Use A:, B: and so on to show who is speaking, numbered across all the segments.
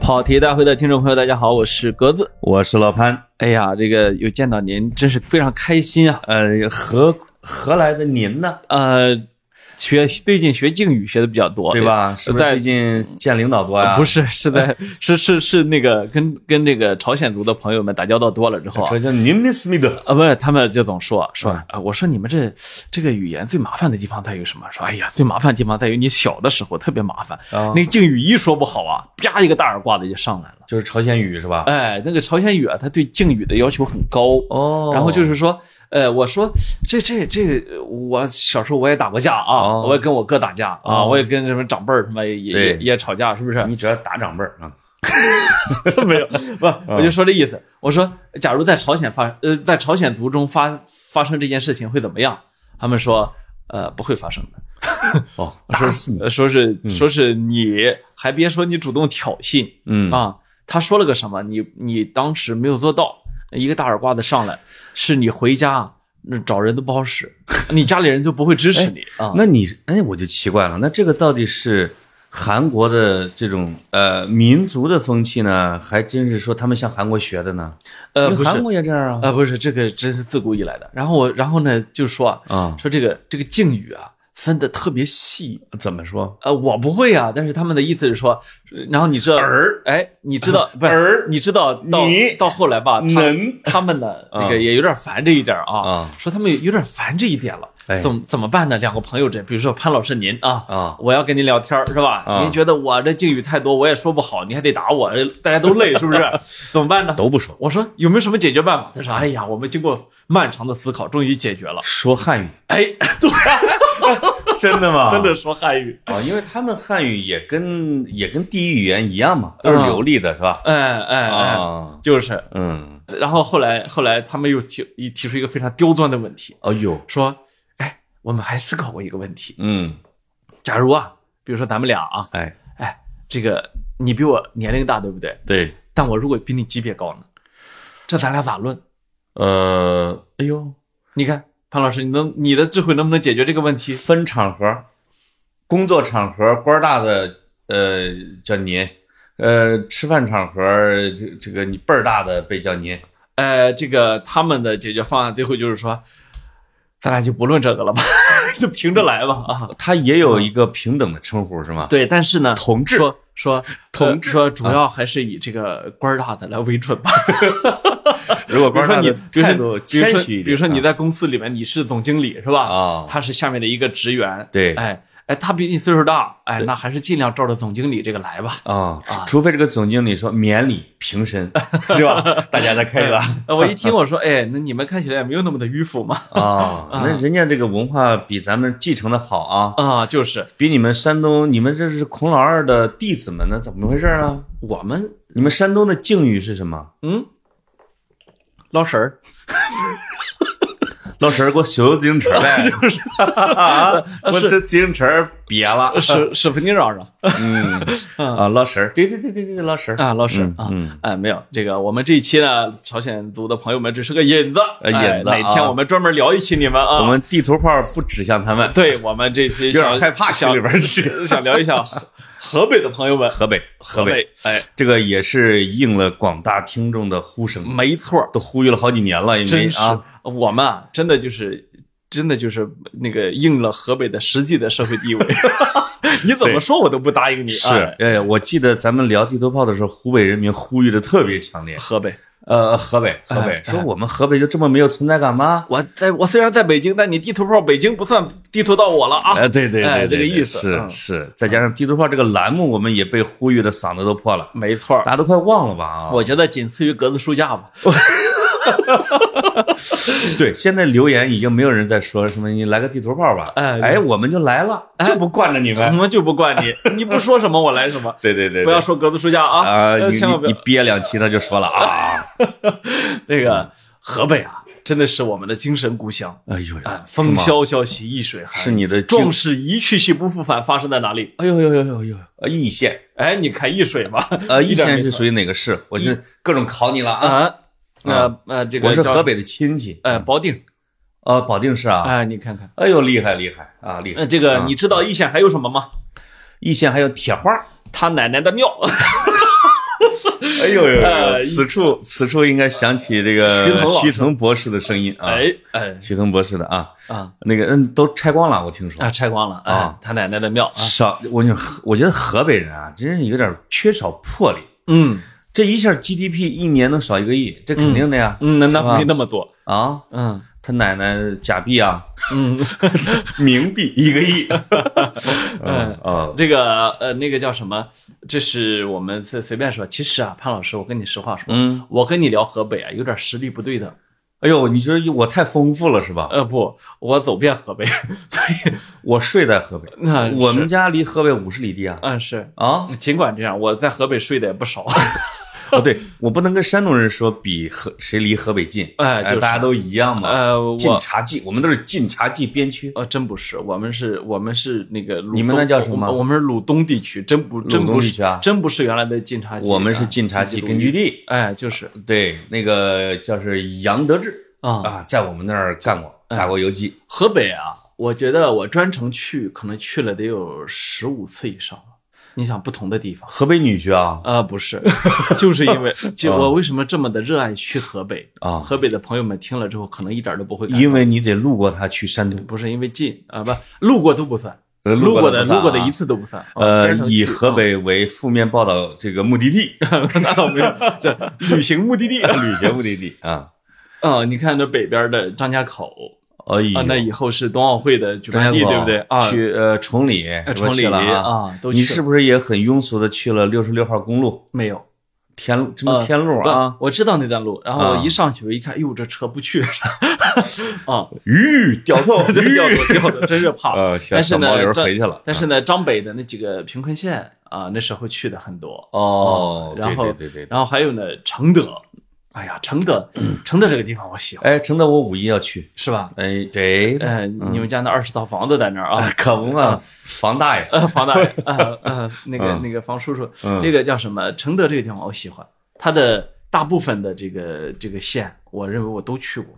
A: 跑题大会的听众朋友，大家好，我是格子。
B: 我是老潘。
A: 哎呀，这个又见到您，真是非常开心啊！
B: 呃，何何来的您呢？
A: 呃，学最近学敬语学的比较多，
B: 对吧？是不是
A: 哦呃在呃
B: 最近见领导多呀？
A: 不， 是，是在是是是那个跟跟这个朝鲜族的朋友们打交道多了之后啊
B: 这，叫您 miss me 的。
A: 啊，不是，他们就总说说
B: 嗯
A: 啊、我说你们这这个语言最麻烦的地方在于什么？说哎呀，最麻烦的地方在于你小的时候特别麻烦，
B: 啊
A: 那个敬语一说不好啊，啪一个大耳刮子就上来了。
B: 就是朝鲜语是吧？
A: 哎，那个朝鲜语啊，他对敬语的要求很高。
B: 哦
A: 呃然后就是说，呃，我说这这这，我小时候我也打过架啊，
B: 哦
A: 我也跟我哥打架啊，
B: 哦
A: 我也跟什么长辈儿什么也也
B: 对
A: 也吵架，是不是？
B: 你只要打长辈儿啊，
A: 没有，不，
B: 哦
A: 我就说这意思。我说，假如在朝鲜发，呃，在朝鲜族中发发生这件事情会怎么样？他们说，呃，不会发生的。
B: 哦，打死你！
A: 呃说是说是你，还别说你主动挑衅
B: 嗯，
A: 啊，他说了个什么，你你当时没有做到，一个大耳刮子上来，是你回家那找人都不好 使，你家里人就不会支持你啊。
B: 那你哎，我就奇怪了，那这个到底是韩国的这种呃民族的风气呢，还真是说他们向韩国学的呢？
A: 呃，
B: 因
A: 不
B: 为韩
A: 是。
B: 国也这样啊。
A: 啊，不是这个，真是自古以来的。然后我，然后呢，就说
B: 啊
A: 说这个这个敬语啊，分的特别细。
B: 怎么说？
A: 呃，我不会啊，但是他们的意思是说，呃然后你知道，
B: 儿
A: 哎，你 知道不是？
B: 儿
A: 你知道到
B: 你
A: 到后来吧，他
B: 能
A: 他们 呢，
B: 啊
A: 这个也有点烦这一点啊，
B: 啊
A: 说他们有点烦这一点了，
B: 哎
A: 怎么怎么办呢？两个朋友这，比如说潘老师您啊。
B: 啊？
A: 我要跟您聊天儿是吧？
B: 啊
A: 您觉得我这敬语太多，我也说不好，你还得打我，大家都累是不 是？怎么办呢？
B: 都不说，
A: 我说有没有什么解决办法？他说：哎呀，我们经过漫长的思考，终于解决了。
B: 说汉语，
A: 哎，对，
B: 真的吗
A: 真的说汉语，
B: 啊，因为他们汉语也跟也跟地域语言一样嘛，都
A: 嗯
B: 是流利的，是吧？
A: 哎哎哎，
B: 啊，
A: 就是
B: 嗯，
A: 然后后来后来他们又提一提出一个非常刁钻的问题，
B: 哎呦，
A: 说，哎，我们还思考过一个问题，
B: 嗯，
A: 假如啊，比如说咱们俩啊，
B: 哎，
A: 哎，这个你比我年龄大，对不对？
B: 对，
A: 但我如果比你级别高呢，这咱俩咋论？
B: 呃，哎呦，
A: 你看潘老师，你能你的智慧能不能解决这个问题？
B: 分场合，工作场合，官儿大的，呃，叫您，呃，吃饭场合，这这个你辈儿大的被叫您，
A: 呃，这个他们的解决方案最后就是说，咱俩就不论这个了吧， 就凭着来吧啊。
B: 他也有一个平等的称呼是吗？
A: 对，但是呢，
B: 同志
A: 说说
B: 同志
A: 呃说主要还是以这个官儿大的来为准吧。
B: 如果
A: 比如
B: 官儿
A: 说
B: 大
A: 你
B: 的，
A: 比
B: 态
A: 如说
B: 度
A: 比如
B: 谦
A: 说
B: 虚一点，
A: 比如说你
B: 的
A: 在公司里面你是总经理是吧？
B: 啊
A: 他是下面的一个职员。
B: 对
A: 哎哎，他比你岁数大，哎，那还是尽量照着总经理这个来吧。
B: 啊，除非这个总经理说免礼平 身，对吧？大家才可以了。
A: 呃我一听我说，哎，那你们看起来也没有那么的迂腐嘛？
B: 啊，那人家这个文化比咱们继承的好啊，
A: 啊，就是
B: 比你们山东，你们这是孔老二的弟子们，那怎么回事呢？
A: 我们
B: 你们山东的敬语是什么？
A: 嗯，捞神儿。
B: 老婶儿，给我修修自行车呗！ 啊，我这自行车瘪了。
A: 舍舍不得嚷嚷
B: 嗯，啊，老婶儿，对对对对对，老婶儿，
A: 啊，老师
B: 嗯
A: 啊
B: 嗯，
A: 哎，没有这个，我们这一期呢，朝鲜族的朋友们只是个引子，
B: 呃
A: 哎
B: 引子啊
A: 哪天我们专门聊一期你们啊，
B: 我们地图炮不指向他们，
A: 对我们这期
B: 有点
A: 想
B: 害怕，心
A: 想
B: 里边是
A: 想聊一下河河北的朋友们，
B: 河北，河北，
A: 北，哎，
B: 这个也是应了广大听众的呼声，
A: 没错儿，
B: 都呼吁了好几年了，因为
A: 真是
B: 啊，
A: 我们啊，真的就是。真的就是那个应了河北的实际的社会地 位，你怎么说我都不答应你。
B: 是
A: 哎，
B: 哎，我记得咱们聊地头炮的时候，湖北人民呼吁的特别强烈。
A: 河北，
B: 呃，河北，
A: 哎
B: 河北说我们河北就这么没有存在感吗？
A: 我在我虽然在北京，但你地图炮北京不算地图到我了啊！
B: 哎，对对
A: 哎这
B: 对，
A: 个
B: 对
A: 意思
B: 是
A: 嗯
B: 是，再加上地头炮这个栏目，我们也被呼吁的嗓子都破了，
A: 没错儿，
B: 大家都快忘了吧啊！
A: 我觉得仅次于格子书架吧。
B: 对，现在留言已经没有人在说什么你来个地头炮吧，
A: 哎
B: 哎，我们就来了，就不惯着你
A: 我
B: 们。
A: 们就不惯 你，你不说什么我来什么。
B: 对对哎对，对
A: 不要说格子书架啊，
B: 啊，
A: 呃
B: 你
A: 千万不
B: 你你
A: 要。哎
B: 憋两期他就说了啊，
A: 这个河北啊，真的是我们的精神故乡
B: 哎呦，
A: 啊！风萧
B: 萧
A: 萧兮易水寒，
B: 是你的
A: 壮
B: 精
A: 士一去兮不复返，发生在哪里？
B: 哎呦呦呦呦呦，呃易县，
A: 哎，你看易水吧，
B: 呃，
A: 一
B: 易
A: 点没
B: 县是
A: 错
B: 属于哪个市？我是各种考你了啊！
A: 啊，那呃，这个
B: 我是
A: 叫
B: 河，北的亲戚，
A: 呃，保定，
B: 呃，保定市啊。
A: 哎，你看看，
B: 哎呦，厉害厉害啊，厉
A: 那
B: 害！
A: 这个
B: 啊
A: 你知道易县还有什么吗？
B: 易县还有铁花，
A: 他奶奶的庙，
B: 哎呦呦呦！
A: 呃
B: 此处此处应该响起这个
A: 徐腾老师
B: 徐腾博士的声音啊，
A: 哎哎
B: 徐腾博士的啊，
A: 啊
B: 那个嗯都拆光了，我听说
A: 啊，拆光了
B: 啊
A: 啊，他奶奶的庙啊，
B: 少，我就我觉得河北人啊，真是有点缺少魄力。
A: 嗯
B: 这一下 GDP 一年能少一个亿，这肯定的呀！
A: 嗯，那
B: 是吧
A: 那没那么多，
B: 啊，
A: 嗯
B: 他奶奶假币啊，
A: 嗯，
B: 冥币一个亿。 嗯
A: 嗯
B: 啊，
A: 这个呃那个叫什么？这是我们随随便说，其实啊，潘老师，我跟你实话说，
B: 嗯，
A: 我跟你聊河北啊，有点实力不对等。
B: 哎呦，你觉得我太丰富了是吧？
A: 呃，不，我走遍河北，所以
B: 我睡在河北，
A: 那是
B: 我们家离河北五十里地啊。
A: 嗯是，
B: 啊，
A: 尽管这样，我在河北睡的也不少。
B: 哦对，我不能跟山东人说比河谁离河北近，
A: 哎就是
B: 大家都一样嘛。
A: 呃，我
B: 晋察冀，我们都是晋察冀边区。
A: 呃，真不是，我们是，我们是那个鲁东，
B: 你们那叫什么
A: 我们我们是鲁东地区，真不，真
B: 东
A: 不
B: 地
A: 是，
B: 区啊
A: 真不是原来的晋察冀，
B: 我们是
A: 啊
B: 晋察冀根据。
A: 鲁豫
B: 地，
A: 哎，就是
B: 对，那个叫是杨得志
A: 啊，哎
B: 啊，在我们那儿干过，打过游击。
A: 河北啊，我觉得我专程去，可能去了得有十五次以上了。你想不同的地方。
B: 河北女婿啊，
A: 啊，不是， 就是因为就我为什么这么的热爱去河北
B: 啊
A: 河北的朋友们听了之后，可能一点儿都不会感动，
B: 因为你得路过他去山东，
A: 不是因为近啊，不路过都不算，
B: 呃
A: 路过的
B: 不算
A: 路过的
B: 啊
A: 一。次都不算。啊
B: 呃
A: 专，程
B: 以
A: 去哦
B: 河北为负面报道这个目的地，
A: 那倒没有，这旅行目的地 啊、
B: 旅行目的地啊。
A: 你看这北边的张家口
B: 哎呦
A: 啊、，那以后是冬奥会的举
B: 张
A: 办
B: 家
A: 地，
B: 口
A: 对不对啊？
B: 去呃崇礼，
A: 呃崇
B: 我去
A: 礼
B: 了啊。
A: 啊，都去
B: 你是不是也很庸俗的去了六十六号公路
A: 没有
B: 天路？什么
A: 呃
B: 天路
A: 不
B: 啊？
A: 我知道那段路，然后
B: 啊
A: 我一上去我一看，哟，这车不去 啊，
B: 吁，掉头，
A: 这
B: 吁
A: 掉头掉头，真是 怕。
B: 呃，小
A: 但是
B: 小
A: 呢
B: 毛驴儿
A: 这
B: 回去了。
A: 但是
B: 啊
A: 呢，张北的那几个贫困县啊，那时候去的很多。
B: 哦，
A: 啊然后
B: 对对对对对。
A: 然后还有呢，承德，哎呀，承德，承德这个地方我喜欢，
B: 哎，承德，我五一要去。
A: 是吧？
B: 哎， 对，
A: 呃，你们家那二十套房子在那儿啊
B: 啊，？可不嘛，房大爷。
A: 呃，房大爷，呃呃，那个
B: 嗯
A: 那个房叔叔，
B: 嗯
A: 那个叫什么？承德这个地方我喜欢，它的大部分的这个这个县，我认为我都去过。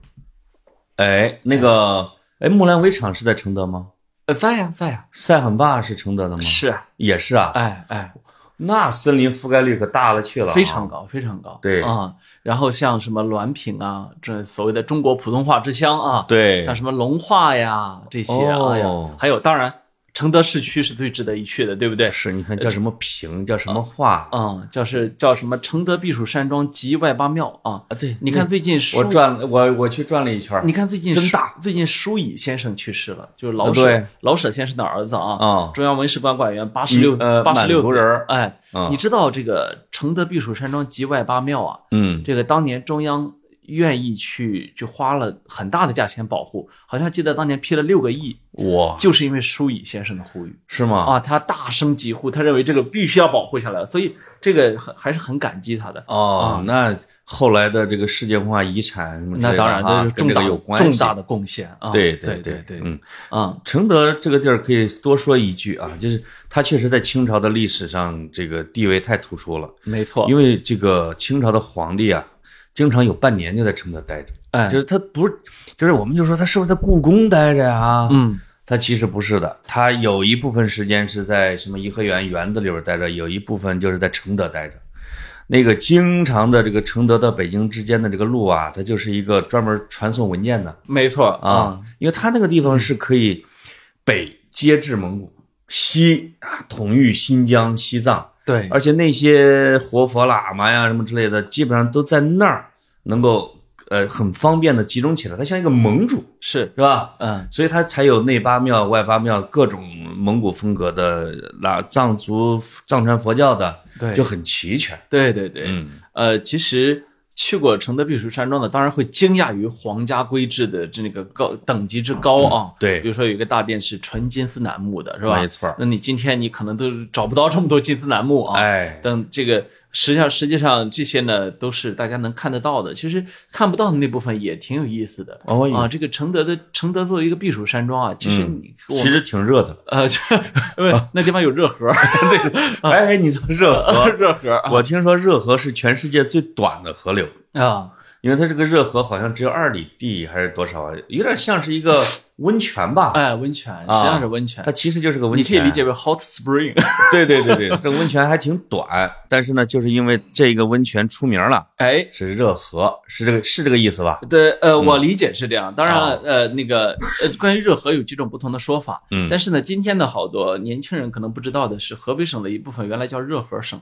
B: 哎，那个，哎，木兰围场是在承德吗？
A: 呃，在呀，在呀，
B: 塞罕坝是承德的吗？，
A: 是啊，
B: 也是啊。
A: 哎哎，
B: 那森林覆盖率可大了去了啊，
A: 非常高，非常高。
B: 对
A: 啊，然后像什么滦平啊，这所谓的中国普通话之乡啊，
B: 对
A: 像什么隆化呀这些，
B: 哦
A: 哎呀，还有当然承德市区是最值得一去的，对不对？
B: 是，你
A: 呃
B: 看叫什么平，叫什么化
A: 嗯，就是叫什么承德避暑山庄及外八庙啊。
B: 啊？对，
A: 你看最近舒
B: 我，转了，我我去转了一圈儿
A: 你看最近
B: 真
A: 舒
B: 大，
A: 最近舒乙先生去世了，就是
B: 啊
A: 老
B: 对
A: 舍老舍先生的儿子啊。
B: 啊，
A: 中央文史馆馆员八十六
B: 嗯呃
A: 八十六
B: 满族人儿
A: 哎，
B: 嗯
A: 你知道这个承德避暑山庄及外八庙啊，
B: 嗯，
A: 这个当年中央愿意去去花了很大的价钱保护，好像记得当年批了六个亿，
B: 我
A: 就是因为舒乙先生的呼吁
B: 是吗？
A: 啊，他大声疾呼，他认为这个必须要保护下来，所以这个很还是很感激他的。
B: 哦，那后来的这个世界文化遗产什么之类
A: 啊那
B: 的
A: 当然，
B: 啊
A: 这是重
B: 跟这
A: 大
B: 个
A: 的
B: 有关
A: 重
B: 系。
A: 大的贡献啊！
B: 对
A: 对
B: 对
A: 对，
B: 嗯，
A: 啊，
B: 承德这个地儿可以多说一句啊，就是它确实在清朝的历史上这个地位太突出了，
A: 没错，
B: 因为这个清朝的皇帝啊，经常有半年就在承德待着，
A: 哎
B: 就，是他不是，就是我们就说他是不是在故宫待着呀？
A: 嗯
B: 他其实不是的，他有一部分时间是在什么颐和园园子里边待着，有一部分就是在承德待着。那个经常的这个承德到北京之间的这个路啊，它就是一个专门传送文件的
A: 没错
B: 啊，，因为它那个地方是可以北接至蒙古，西啊统御新疆、西藏，
A: 对，
B: 而且那些活佛喇嘛呀什么之类的，基本上都在那儿能够呃很方便的集中起来，它像一个盟主
A: 是，
B: 是吧？
A: 嗯
B: 所以它才有内八庙、外八庙各种蒙古风格的喇藏族、藏传佛教的，
A: 对
B: 就很齐全。
A: 对对对，
B: 嗯，
A: 呃，其实去过承德避暑山庄的，当然会惊讶于皇家规制的这个高等级之高啊。
B: 嗯对
A: 比如说有一个大殿是纯金丝楠木的，是吧？
B: 没错儿。
A: 那你今天你可能都找不到这么多金丝楠木啊。
B: 哎，
A: 等这个，实际上实际上这些呢都是大家能看得到的，其实看不到的那部分也挺有意思的。
B: 哦
A: 啊，这个承德的承德作为一个避暑山庄啊，其实你、我
B: 嗯其实挺热的。
A: 呃，这不那地方有热 河，嗯
B: 哎，你说热河，
A: 热河 啊
B: 我听说热河是全世界最短的河流，
A: 啊，
B: 因为它这个热河好像只有二里地还是多少，有点像是一个温泉吧。
A: 哎，温泉实际上是温泉
B: 它，其实就是啊个温
A: 你可以
B: 泉，
A: 理解为 hot spring。
B: 对对对对， 这温泉还挺短，但是呢，就是因为这个温泉出名了，
A: 哎，
B: 是热河，是这个是这个意思吧？
A: 对，呃，我理解是这样。当然了
B: 嗯啊，
A: 呃，那个呃，关于热河有几种不同的说法。
B: 嗯
A: 但是呢，今天的好多年轻人可能不知道的是，河北省的一部分原来叫热河省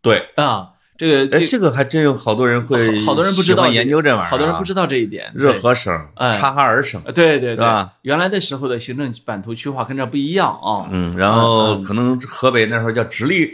B: 对，
A: 啊。这个
B: 哎，这个还真有好多人会，
A: 好好多人不知道这
B: 研究这玩意儿啊，
A: 好多人不知道这一点。
B: 热河省、
A: 哎
B: 察哈尔省，
A: 对，对对
B: 是吧
A: 对，原来的时候的行政版图区划跟这不一样啊。
B: 嗯，然后可能河北那时候叫直隶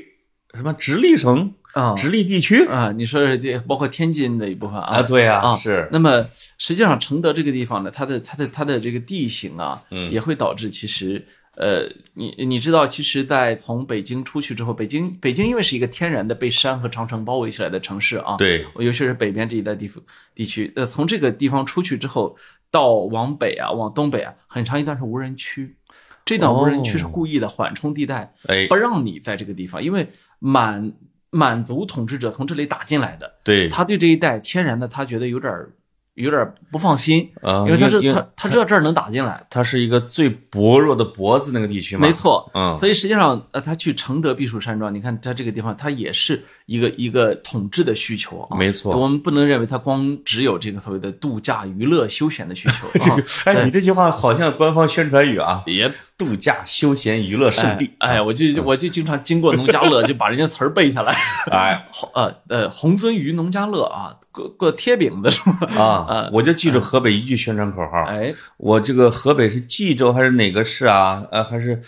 B: 什么直隶省、
A: 啊
B: 直隶地区
A: 啊，你说的这包括天津的一部分啊。
B: 啊，对呀、
A: 啊
B: 是，
A: 那么实际上承德这个地方呢，它的它的它的这个地形啊，
B: 嗯
A: 也会导致其实。呃，你你知道，其实，在从北京出去之后，北京北京因为是一个天然的被山和长城包围起来的城市啊，
B: 对，
A: 尤其是北边这一带地区地区，呃，从这个地方出去之后，到往北啊，往东北啊，很长一段是无人区。这段无人区是
B: 哦
A: 故意的缓冲地带，
B: 哎
A: 不，让你在这个地方，因为满满族统治者从这里打进来的，
B: 对，
A: 他对这一带天然的他觉得有点儿有点儿不放心，
B: 啊，
A: 因为他
B: 因
A: 这
B: 为
A: 他他知道这儿能打进来，
B: 它是一个最薄弱的脖子那个地区嘛，
A: 没，错，
B: 嗯，
A: 所以实际上，呃，他去承德避暑山庄，你看他这个地方，它也是一个一个统治的需求啊。
B: 没错
A: 我们不能认为它光只有这个所谓的度假、娱乐、休闲的需 求啊。
B: 哎，你这句话好像官方宣传语啊，
A: 也
B: 度假休闲娱乐胜地，嗯
A: 哎，哎我就我就经常经过农家乐，就把人家词儿背下来。
B: 哎
A: 红呃呃，红鳟鱼农家乐啊，过过贴饼子什 么？
B: 啊
A: 哎，
B: 我就记住河北一句宣传口号，
A: 哎，
B: 我这个河北是冀州还是哪个市啊？呃，还是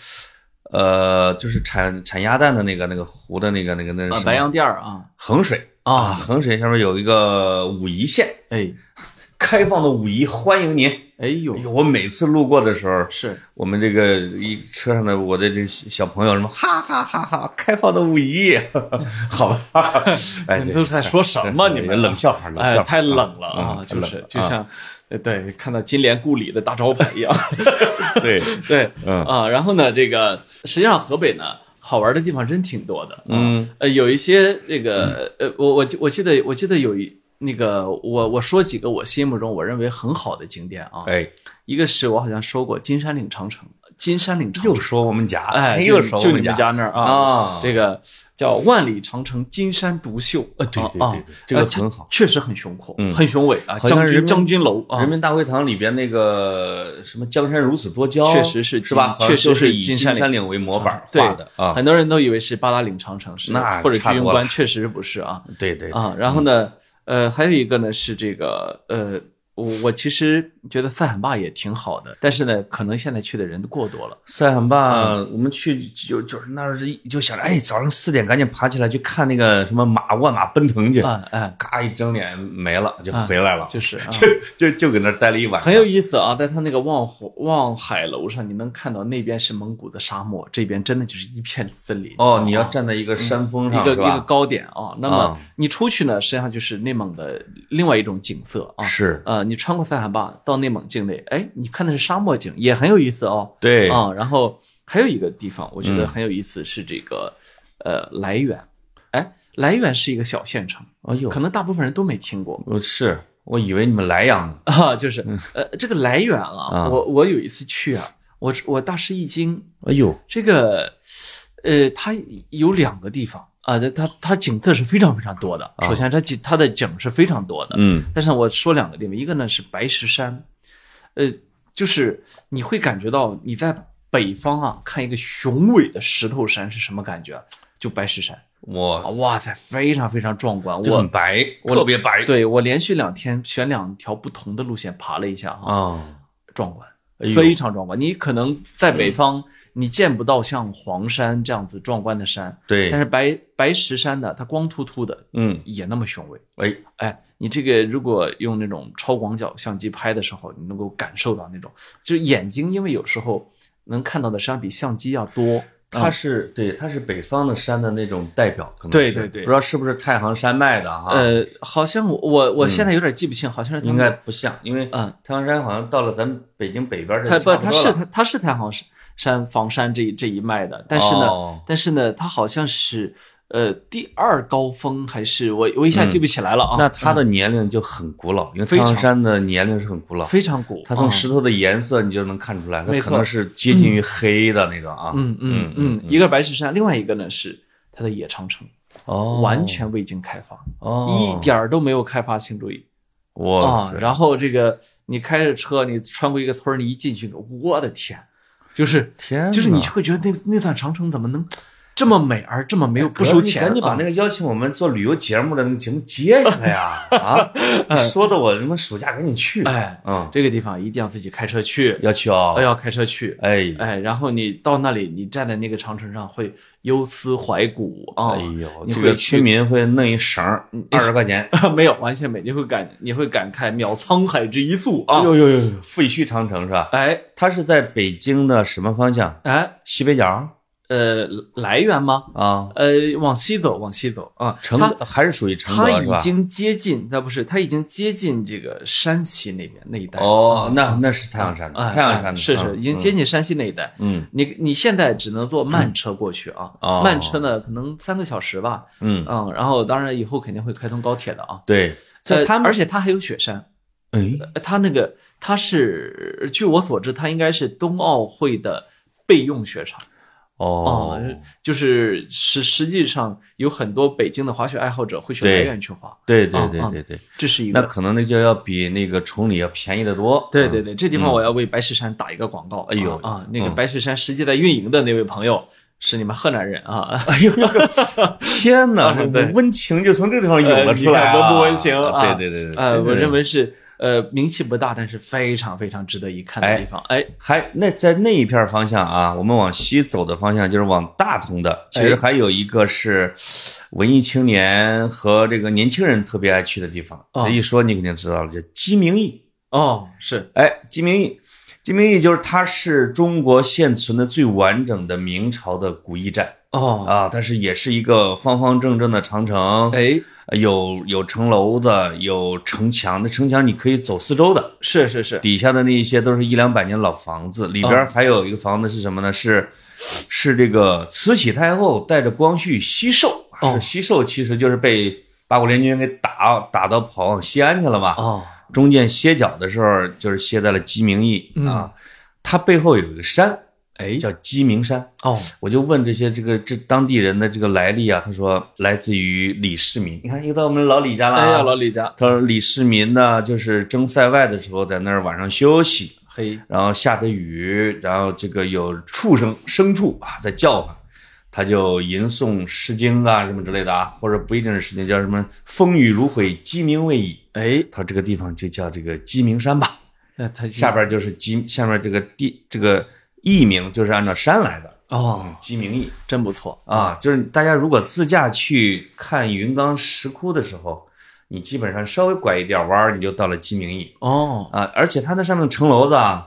B: 呃，就是产产鸭蛋的那个那个湖的那个那个那个
A: 啊
B: 什么
A: 白洋淀儿啊
B: 衡水啊，
A: 啊，
B: 衡水下面有一个武夷县，
A: 哎
B: 开放的武夷欢迎您。
A: 哎呦
B: 哎，呦，我每次路过的时候，
A: 是
B: 我们这个一车上的我的这小朋友什么哈哈哈哈，开放的五一， 好吧？哎，
A: 你都在说什么？你们
B: 冷笑话，冷
A: 哎
B: 笑话，
A: 太冷了
B: 啊
A: 啊！
B: 嗯
A: 就
B: 太冷
A: 是
B: 了
A: 就像，呃对，看到金莲故里的大招牌 一样，
B: 对，
A: 对，
B: 嗯
A: 啊，然后呢，这个实际上河北呢，好玩的地方真挺多的，
B: 嗯，
A: 呃，有一些这个，呃，我我记我记得我记得有一那个，我我说几个我心目中我认为很好的景点啊，
B: 哎，
A: 一个是我好像说过金山岭长城，金山岭长城
B: 又，说我们家，
A: 哎，
B: 又
A: 就
B: 说
A: 就
B: 我
A: 你们
B: 家
A: 家那儿啊，
B: 啊，
A: 这个叫万里长城，金山独秀，
B: 呃，对对
A: 啊
B: 对对，这个
A: 它
B: 很好。
A: 确实很雄阔，
B: 嗯
A: 很雄伟啊，
B: 好像
A: 将
B: 人民
A: 军将军楼啊
B: 人。民大会堂里边那个什么“江山如此多娇”，
A: 确实是
B: 是吧？
A: 金确实
B: 好像都
A: 是
B: 以
A: 金
B: 金
A: 山岭
B: 山岭为模板
A: 对
B: 画的啊。
A: 很多人都以为是八达岭长城是，
B: 那
A: 或者
B: 差
A: 居庸
B: 多了
A: 关，确实不是啊
B: 对对，对
A: 啊。然后呢，呃，还有一个呢是这个呃，我我其实觉得塞罕坝也挺好的，但是呢，可能现在去的人过多了。
B: 塞罕坝，我
A: 嗯
B: 们去就就是那儿一就想着，哎，早上四点赶紧爬起来去看那个什么马万马奔腾去，
A: 啊哎，
B: 嘎一睁眼没了就回来了，
A: 就是啊
B: 就就就搁那儿待了一晚上，
A: 很有意思啊，在它那个望湖望海楼上，你能看到那边是蒙古的沙漠，这边真的就是一片森林。
B: 哦，你要
A: 啊
B: 站在一个山峰
A: 嗯
B: 上、
A: 一个一
B: 是
A: 个
B: 吧？
A: 高点啊，那么
B: 啊
A: 你出去呢，实际上就是内蒙的另外一种景色啊。
B: 是，
A: 呃，你穿过塞罕坝到内蒙境内，哎，你看的是沙漠景，也很有意思哦。
B: 对，
A: 啊、然后还有一个地方，我觉得
B: 嗯
A: 很有意思是这个，呃，涞源。哎，涞源是一个小县城，
B: 哎呦
A: 可，能大部分人都没听 过
B: 我是我以为你们莱阳呢，
A: 啊。就是呃，这个涞源啊，
B: 嗯啊
A: 我我有一次去啊，我我大吃一惊，
B: 哎呦，
A: 这个，呃，它有两个地方啊，它它它景色是非常非常多的。
B: 啊
A: 首先它，景它的景是非常多的。
B: 嗯，
A: 但是我说两个地方，一个呢是白石山，呃，就是你会感觉到你在北方啊看一个雄伟的石头山是什么感觉啊？就白石山啊，
B: 我
A: 哇塞，非常非常壮观。
B: 就很
A: 我
B: 白，特别白，
A: 对我连续两天选两条不同的路线爬了一下哈、
B: 啊，
A: 壮观
B: 哎，呦
A: 非常壮观。你可能在北方，你见不到像黄山这样子壮观的山，但
B: 对，
A: 是白白石山呢，它光秃秃的，
B: 嗯，
A: 也那么雄伟。
B: 哎，
A: 哎，你这个如果用那种超广角相机拍的时候，你能够感受到那种，就是眼睛，因为有时候能看到的实际上比相机要多。
B: 它是对，它是北方的山的那种代表，可能
A: 对
B: 是
A: 对对
B: 不知道是不是太行山脉的哈，
A: 呃，好像我我我现在有点记不清，好像是他们
B: 啊嗯应该不像，因为
A: 嗯
B: 太行山好像到了咱们北京北边儿这
A: 它
B: 就
A: 不，
B: 差
A: 它
B: 多
A: 是
B: 了
A: 它它是太行山房山这一这一脉的，但是呢，
B: 哦
A: 但是呢，它好像是呃第二高峰还是我我一下记不起来了啊。
B: 嗯那它的年龄就很古老，因为
A: 非
B: 太
A: 常
B: 行山的年龄是很古老，
A: 非常古，
B: 它从
A: 啊
B: 石头的颜色你就能看出来，它
A: 没
B: 可
A: 错
B: 能是接近于黑的那种啊。
A: 嗯嗯嗯，一个白石山，另外一个呢是它的野长城，
B: 哦，
A: 完全未经开发，
B: 哦
A: 一点儿都没有开发性注意
B: 哇
A: 啊。
B: 塞，
A: 然后这个你开着车，你穿过一个村儿，你一进去，我的天，就是
B: 天哪，
A: 就是你就会觉得那那段长城怎么能这么美而这么没有不收钱？啊
B: 哎赶紧把
A: 个
B: 那个邀请我们做旅游节目的那个节目接下来呀！ 啊，说的我什么暑假赶紧去。
A: 哎，
B: 嗯，
A: 这个地方一定要自己开车去，
B: 要去哦。
A: 哎，要开车去。
B: 哎，
A: 哎，然后你到那里，你站在那个长城上会忧思怀古啊！
B: 哎呦，
A: 你
B: 这
A: 会
B: 个
A: 去
B: 村民会弄一绳儿，二十块钱。
A: 没有，完全没，你会感你会感慨渺沧海之一粟啊！
B: 哎呦呦呦，废墟长城是吧？
A: 哎
B: 它是在北京的什么方向？
A: 哎，
B: 西北角
A: 呃，来源吗？
B: 啊？
A: 呃，往西走，往西走啊，
B: 承
A: 它
B: 德还是属于承
A: 它
B: 德是
A: 已
B: 吧？
A: 经接近，那不是，它已经接近这个山西那边那一带。
B: 哦，那那是太阳山的，
A: 哎，
B: 太阳山
A: 哎
B: 的
A: 是
B: 嗯
A: 是，已经接近山西那一带。
B: 嗯
A: 你你现在只能坐慢车过去啊，
B: 哦
A: 慢车呢可能三个小时吧，
B: 嗯，
A: 嗯，然后当然以后肯定会开通高铁的啊。
B: 对，在
A: 呃
B: 他们
A: 而且它还有雪山，
B: 哎
A: 呃它那个它是，据我所知，它应该是冬奥会的备用雪场
B: 哦
A: 啊、就是实实际上有很多北京的滑雪爱好者会选
B: 对
A: 来源去滑，
B: 对对对
A: 啊啊
B: 对对，
A: 这是一
B: 那
A: 个。
B: 可能那就要比那个崇礼要便宜得多。
A: 对
B: 嗯
A: 对对，这地方我要为白石山打一个广告。
B: 哎呦
A: 啊啊，那个
B: 嗯
A: 白石山实际在运营的那位朋友是你们河南人啊，
B: 哎呦，天哪！
A: 啊
B: 这
A: 对
B: 温情就从这个地方涌了出来啊，
A: 呃你看多不温情啊
B: 对对对对，
A: 呃，
B: 真的
A: 我
B: 是
A: 认为是呃名气不大，但是非常非常值得一看的地方。哎，
B: 还那在那一片方向啊，我们往西走的方向就是往大同的，其实
A: 哎
B: 还有一个是文艺青年和这个年轻人特别爱去的地方。
A: 哦
B: 这一说你肯定知道了，叫鸡鸣驿。
A: 哦，是，
B: 哎，鸡鸣驿，鸡鸣驿就是它是中国现存的最完整的明朝的古驿站
A: 哦，
B: 啊，它是也是一个方方正正的长城，
A: 哎，
B: 有有城楼子，有城墙，那城墙你可以走四周的。
A: 是是是，
B: 底下的那一些都是一两百年老房子，里边
A: 哦
B: 儿还有一个房子是什么呢？是是这个慈禧太后带着光绪西狩，
A: 哦
B: 是西狩，其实就是被八国联军给打打到跑往西安去了嘛。
A: 哦，
B: 中间歇脚的时候，就是歇在了鸡鸣驿、
A: 嗯
B: 啊。它背后有一个山
A: 哎，
B: 叫鸡鸣山，
A: 哦，
B: 我就问这些这个这当地人的这个来历啊，他说来自于李世民。你看又到我们老李家了、啊，
A: 哎呀，老李家，
B: 他说李世民呢，就是征塞外的时候，在那儿晚上休息，
A: 嘿，
B: 然后下着雨，然后这个有畜生牲畜啊在叫唤，他就吟诵《诗经》啊什么之类的啊，或啊者不一定是《诗经》，叫什么“风雨如晦，鸡鸣未已
A: 哎”。，
B: 他说这个地方就叫这个鸡鸣山吧，
A: 那他
B: 下边就是鸡，下面这个地这个艺名就是按照山来的，
A: 哦，
B: 鸡鸣驿。
A: 真不错，
B: 啊，就是大家如果自驾去看云冈石窟的时候，你基本上稍微拐一点弯儿，你就到了鸡鸣驿
A: 哦，
B: 啊。而且它那上面的城楼子啊，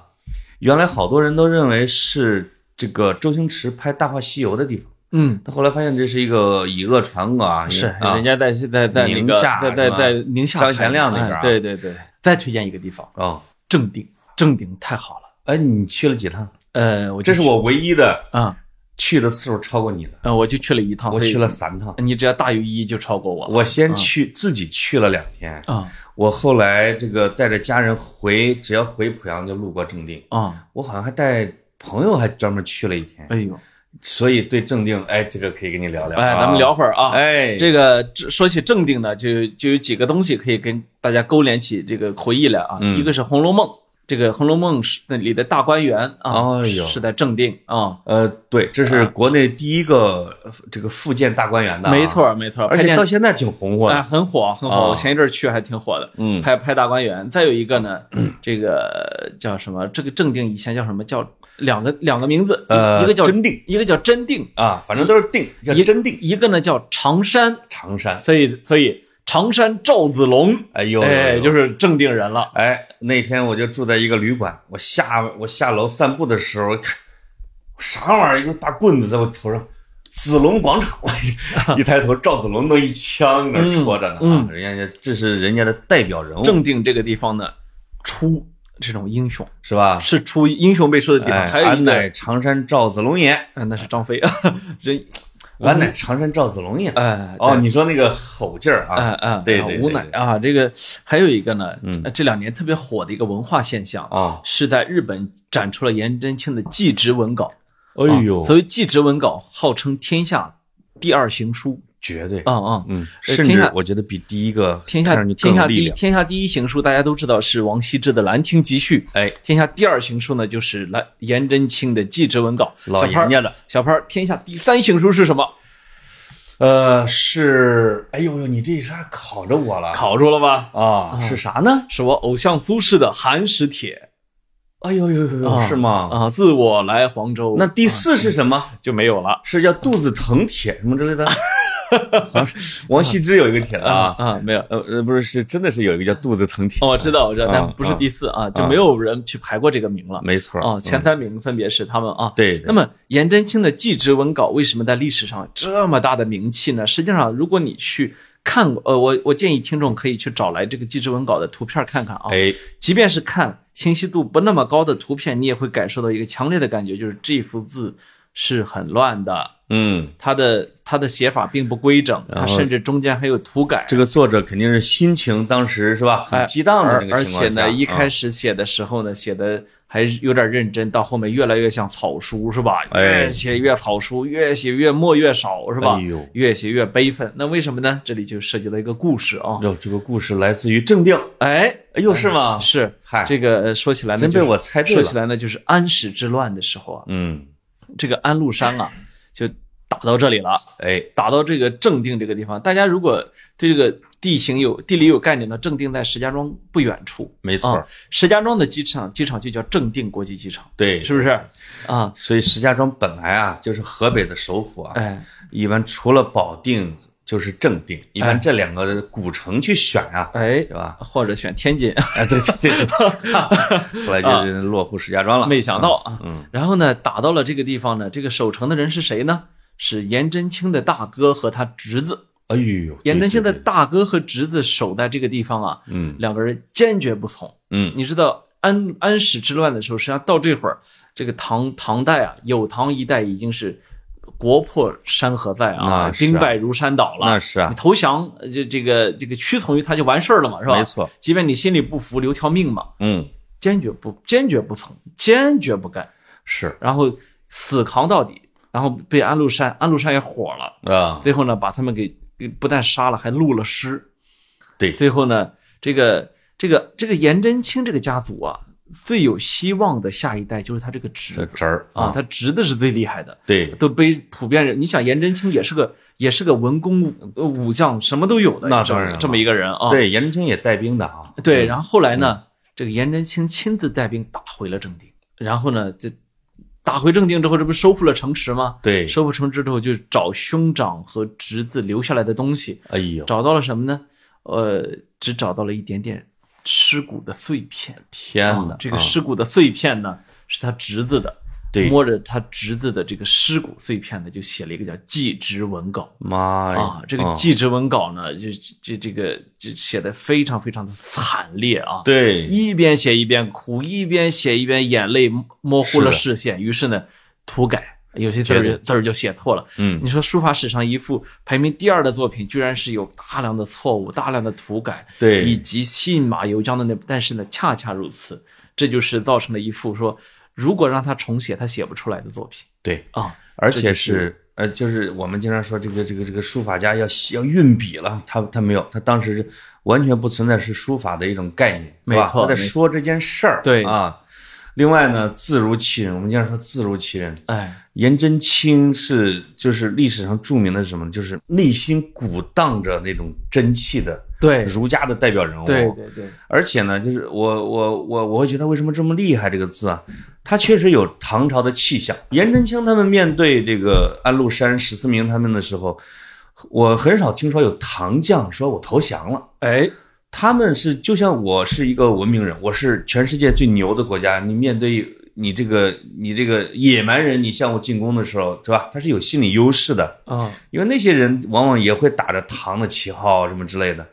B: 原来好多人都认为是这个周星驰拍《大话西游》的地方，
A: 嗯。
B: 他后来发现这是一个以讹传讹啊，因为
A: 是，
B: 啊
A: 人家在在在那
B: 宁
A: 个
B: 夏
A: 在在
B: 是吧
A: 在宁夏
B: 张
A: 拍
B: 贤
A: 的
B: 亮那边
A: 哎
B: 啊
A: 对对对。再推荐一个地方，
B: 哦，
A: 正定，正定太好了。
B: 哎，你去了几趟？
A: 呃，我就
B: 这是我唯一的
A: 啊，
B: 去的次数超过你的，
A: 呃，我就去了一趟，
B: 我
A: 所以啊
B: 去了三趟。
A: 你只要大于一就超过我了。
B: 我先去自己去了两天，
A: 啊
B: 我后来这个带着家人回，只要回濮阳就路过正定。
A: 啊，
B: 我好像还带朋友还专门去了一天，
A: 哎呦，
B: 所以对正定，哎，这个可以跟你聊聊。
A: 哎，咱们聊，会儿啊。
B: 哎，
A: 这个这说起正定呢，就就有几个东西可以跟大家勾连起这个回忆来啊。
B: 嗯
A: 一个是《红楼梦》，这个《红楼梦》是那里的大观园啊，
B: 哎呦
A: 是在正定啊。
B: 呃，对，这是国内第一个呃这个复建大观园的、
A: 没错，，没错，
B: 而
A: 拍
B: 且
A: 电
B: 到现在挺红火
A: 哎
B: 的。
A: 很火很火，
B: 啊
A: 我前一阵儿去还挺火的。
B: 嗯，
A: 拍拍大观园，再有一个呢，这个叫什么？这个正定以前叫什么？叫两个两个名字，一
B: 呃，
A: 一个叫
B: 真定
A: 一个叫真定，
B: 啊，反正都是定，叫
A: 一
B: 真定
A: 一个呢叫常山，
B: 常山。
A: 所以所以常山赵子龙，
B: 哎呦，
A: 哎，就是是正定人了。
B: 哎，那天我就住在一个旅馆，我下我下楼散步的时候，看啥玩意儿，一个大棍子在我头上。子龙广场， 我一一抬头，赵子龙都一枪搁那戳着呢、啊
A: 嗯
B: 人家这是人家的代表人物，
A: 正定这个地方呢，出这种英雄
B: 是吧？
A: 是出英雄辈出的地方，
B: 啊哎
A: 还有一哎
B: 安
A: 个
B: 乃常山赵子龙也，
A: 嗯，那是张飞，人
B: 俺乃常山赵子龙也。
A: 哎，
B: 哦，你说那个吼劲儿啊，
A: 哎哎，
B: 对对对
A: 吾乃
B: 对
A: 啊，这个还有一个呢，呃
B: 嗯
A: 这两年特别火的一个文化现象，
B: 啊，
A: 是在日本展出了颜真卿的祭侄文稿。
B: 哎呦
A: 啊，所谓祭侄文稿，号称天下第二行书。
B: 绝对，
A: 啊啊，
B: 嗯，
A: 呃
B: 甚
A: 天
B: 至
A: 下
B: 我觉得比第一个
A: 天
B: 看
A: 下
B: 上去更
A: 天
B: 有
A: 下第
B: 力
A: 一
B: 量。
A: 天下第一行书，大家都知道是王羲之的《兰亭集序》。
B: 哎，
A: 天下第二行书呢，就是来颜真卿的祭侄文稿。
B: 老
A: 小潘儿
B: 严家的，
A: 小潘儿，天下第三行书是什么？
B: 呃，是，哎呦呦，你这一下考着我了，
A: 考住了吧？
B: 啊，是啥呢？
A: 是我偶像苏轼的《寒食帖
B: 哎呦呦呦呦，
A: 啊
B: 是》吗？
A: 啊，自我来黄州。啊
B: 那第四是什么？
A: 就没有了
B: 是叫肚子疼铁什么之 类的？好像是王羲之有一个帖子啊，
A: 啊，没有。
B: 呃呃，不是，是真的是有一个叫肚子疼铁
A: 哦，，我知道，我知道，
B: 啊
A: 但不是
B: 啊
A: 第四啊，就没有人去排过这个名了。
B: 没错
A: 啊，前
B: 嗯
A: 三名分别是他们啊。
B: 对，对
A: 那么颜真卿的祭侄文稿为什么在历史上这么大的名气呢？实际上，如果你去看过，呃，我我建议听众可以去找来这个祭侄文稿的图片看看啊。
B: 哎，
A: 即便是看清晰度不那么高的图片，你也会感受到一个强烈的感觉，就是这幅字是很乱的，
B: 嗯，
A: 它的它的写法并不规整，它
B: 然后
A: 甚至中间还有涂改。
B: 这个作者肯定是心情当时是吧，很激荡的
A: 哎而
B: 那
A: 而
B: 个情
A: 且
B: 况下，啊嗯
A: 呢，一开
B: 始
A: 始写的时候呢，写的还是有点认真，到后面越来越像草书，是吧？
B: 哎
A: 越写越草书，越写越墨越少，是吧？
B: 哎呦
A: 越写越悲愤。那为什么呢？这里就涉及到一个故事啊。
B: 哟，这个故事来自于正定，
A: 哎，
B: 哎呦，是吗？
A: 是
B: 嗨
A: 这个呃说起来呢，
B: 真被
A: 就是
B: 我猜对
A: 说起
B: 了，
A: 来呢，就是安史之乱的时候啊，
B: 嗯，
A: 这个安禄山啊，就打到这里了。
B: 哎，
A: 打到这个正定这个地方，大家如果对这个地形有地理有概念的，正定在石家庄不远处，
B: 没错
A: 啊石家庄的机场机场就叫正定国际机场，
B: 对，
A: 是不是？啊，
B: 所以石家庄本来啊就是河北的首府啊，
A: 哎，
B: 一般除了保定就是正定，一
A: 哎
B: 般这两个古城去选啊，
A: 哎啊
B: 对吧？
A: 或者选天 津，
B: 哎，对对对，对后来就落户石家庄了。
A: 啊没想到啊。
B: 嗯，
A: 然后呢，打到了这个地方呢，这个守城的人是谁呢？是颜真卿的大哥和他侄子。
B: 嗯，哎呦，
A: 颜真卿的
B: 对，对对
A: 大哥和侄子守在这个地方啊，
B: 嗯
A: 两个人坚决不从。
B: 嗯，
A: 你知道安安史之乱的时候，实际上到这会儿，这个唐唐代啊，有唐一代已经是国破山河在啊，
B: 那是啊
A: 兵败如山倒了。
B: 那是啊
A: 你，投降，呃这这个这个屈从于他就完事儿了嘛，是吧？
B: 没错。
A: 即便你心里不服，留条命嘛，
B: 嗯，
A: 坚决不坚决不从，坚决不干，
B: 是
A: 然后死扛到底，然后被安禄山，安禄山也火了，
B: 啊，
A: 最后呢，把他们给给不但杀了，还录了诗。
B: 对
A: 最后呢，这个这个这个颜真卿这个家族啊，最有希望的下一代就是他这个侄
B: 这
A: 子
B: 侄儿
A: 啊，
B: 啊，
A: 他侄子是最厉害的，
B: 对，
A: 都被普遍人。你想，颜真卿也是个也是个文工呃武将，什么都有的，
B: 那
A: 这么
B: 当然了
A: 这么一个人啊。
B: 对，颜真卿也带兵的啊，
A: 对，
B: 嗯
A: 然后后来呢，这个颜真卿亲自带兵打回了正定，然后呢，这打回正定之后，这不收复了城池吗？
B: 对，
A: 收复城池之后，就找兄长和侄子留下来的东西，
B: 哎呦，
A: 找到了什么呢？呃，只找到了一点点尸骨的碎片。
B: 天哪
A: 啊，这个
B: 啊
A: 尸骨的碎片呢，是他侄子的。
B: 对
A: 摸着他侄子的这个尸骨碎片呢，就写了一个叫《祭侄文稿》
B: 妈呀
A: 啊。这个
B: 啊
A: 《祭侄文稿》呢，就这这个就写的非常非常的惨烈啊。
B: 对，
A: 一边写一边哭，一边写一边眼泪模糊了视线，于是呢，涂改有些字
B: 绝
A: 儿
B: 对
A: 字儿就写错了。
B: 嗯
A: 你说书法史上一幅排名第二的作品，居然是有大量的错误、大量的涂改，
B: 对
A: 以及信马由缰的那，但是呢，恰恰如此，这就是造成了一幅说，如果让他重写，他写不出来的作品
B: 对，
A: 啊。
B: 而
A: 这
B: 且
A: 就是
B: 呃，就是我们经常说这个这个这个书法家要写要运笔了，他他没有，他当时是完全不存在是书法的一种概念，
A: 没
B: 是吧
A: 错
B: 他在
A: 没错
B: 说这件事儿，
A: 对
B: 啊。另外呢，字如其人，我们经常说字如其人。
A: 哎，
B: 颜真卿是就是历史上著名的是什么呢？就是内心鼓荡着那种真气的
A: 对，
B: 儒家的代表人物。
A: 对对对，
B: 而且呢，就是我我我我会觉得为什么这么厉害这个字啊，它确实有唐朝的气象。颜真卿他们面对这个安禄山、史思明他们的时候，我很少听说有唐将说我投降了。
A: 哎，
B: 他们是就像我是一个文明人，我是全世界最牛的国家，你面对你这个你这个野蛮人，你向我进攻的时候，是吧？他是有心理优势的。
A: 啊，
B: 因为那些人往往也会打着唐的旗号什么之类的，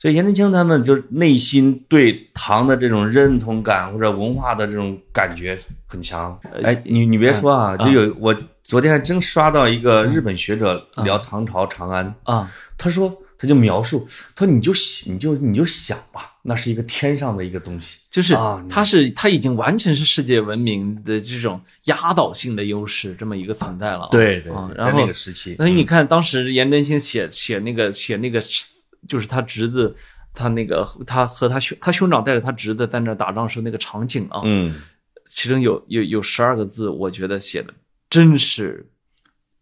B: 所以颜真卿他们就是内心对唐的这种认同感或者文化的这种感觉很强。
A: 呃
B: 哎，你你
A: 嗯
B: 别说啊，就有我昨天还真刷到一个日本学者聊唐朝长安，
A: 啊，
B: 他说他就描述，他说你就你就你就想吧，那是一个天上的一个东西。
A: 就是
B: 啊你
A: 它是它已经完全是世界文明的这种压倒性的优势这么一个存在了啊。
B: 对嗯对
A: 啊
B: 对，
A: 然
B: 在
A: 后
B: 那个时期，
A: 那你看，当时颜真卿写写那个写那个，就是他侄子，他那个他和他兄他兄长带着他侄子在那儿打仗时候那个场景啊，
B: 嗯，
A: 其中有有有十二个字，我觉得写的真是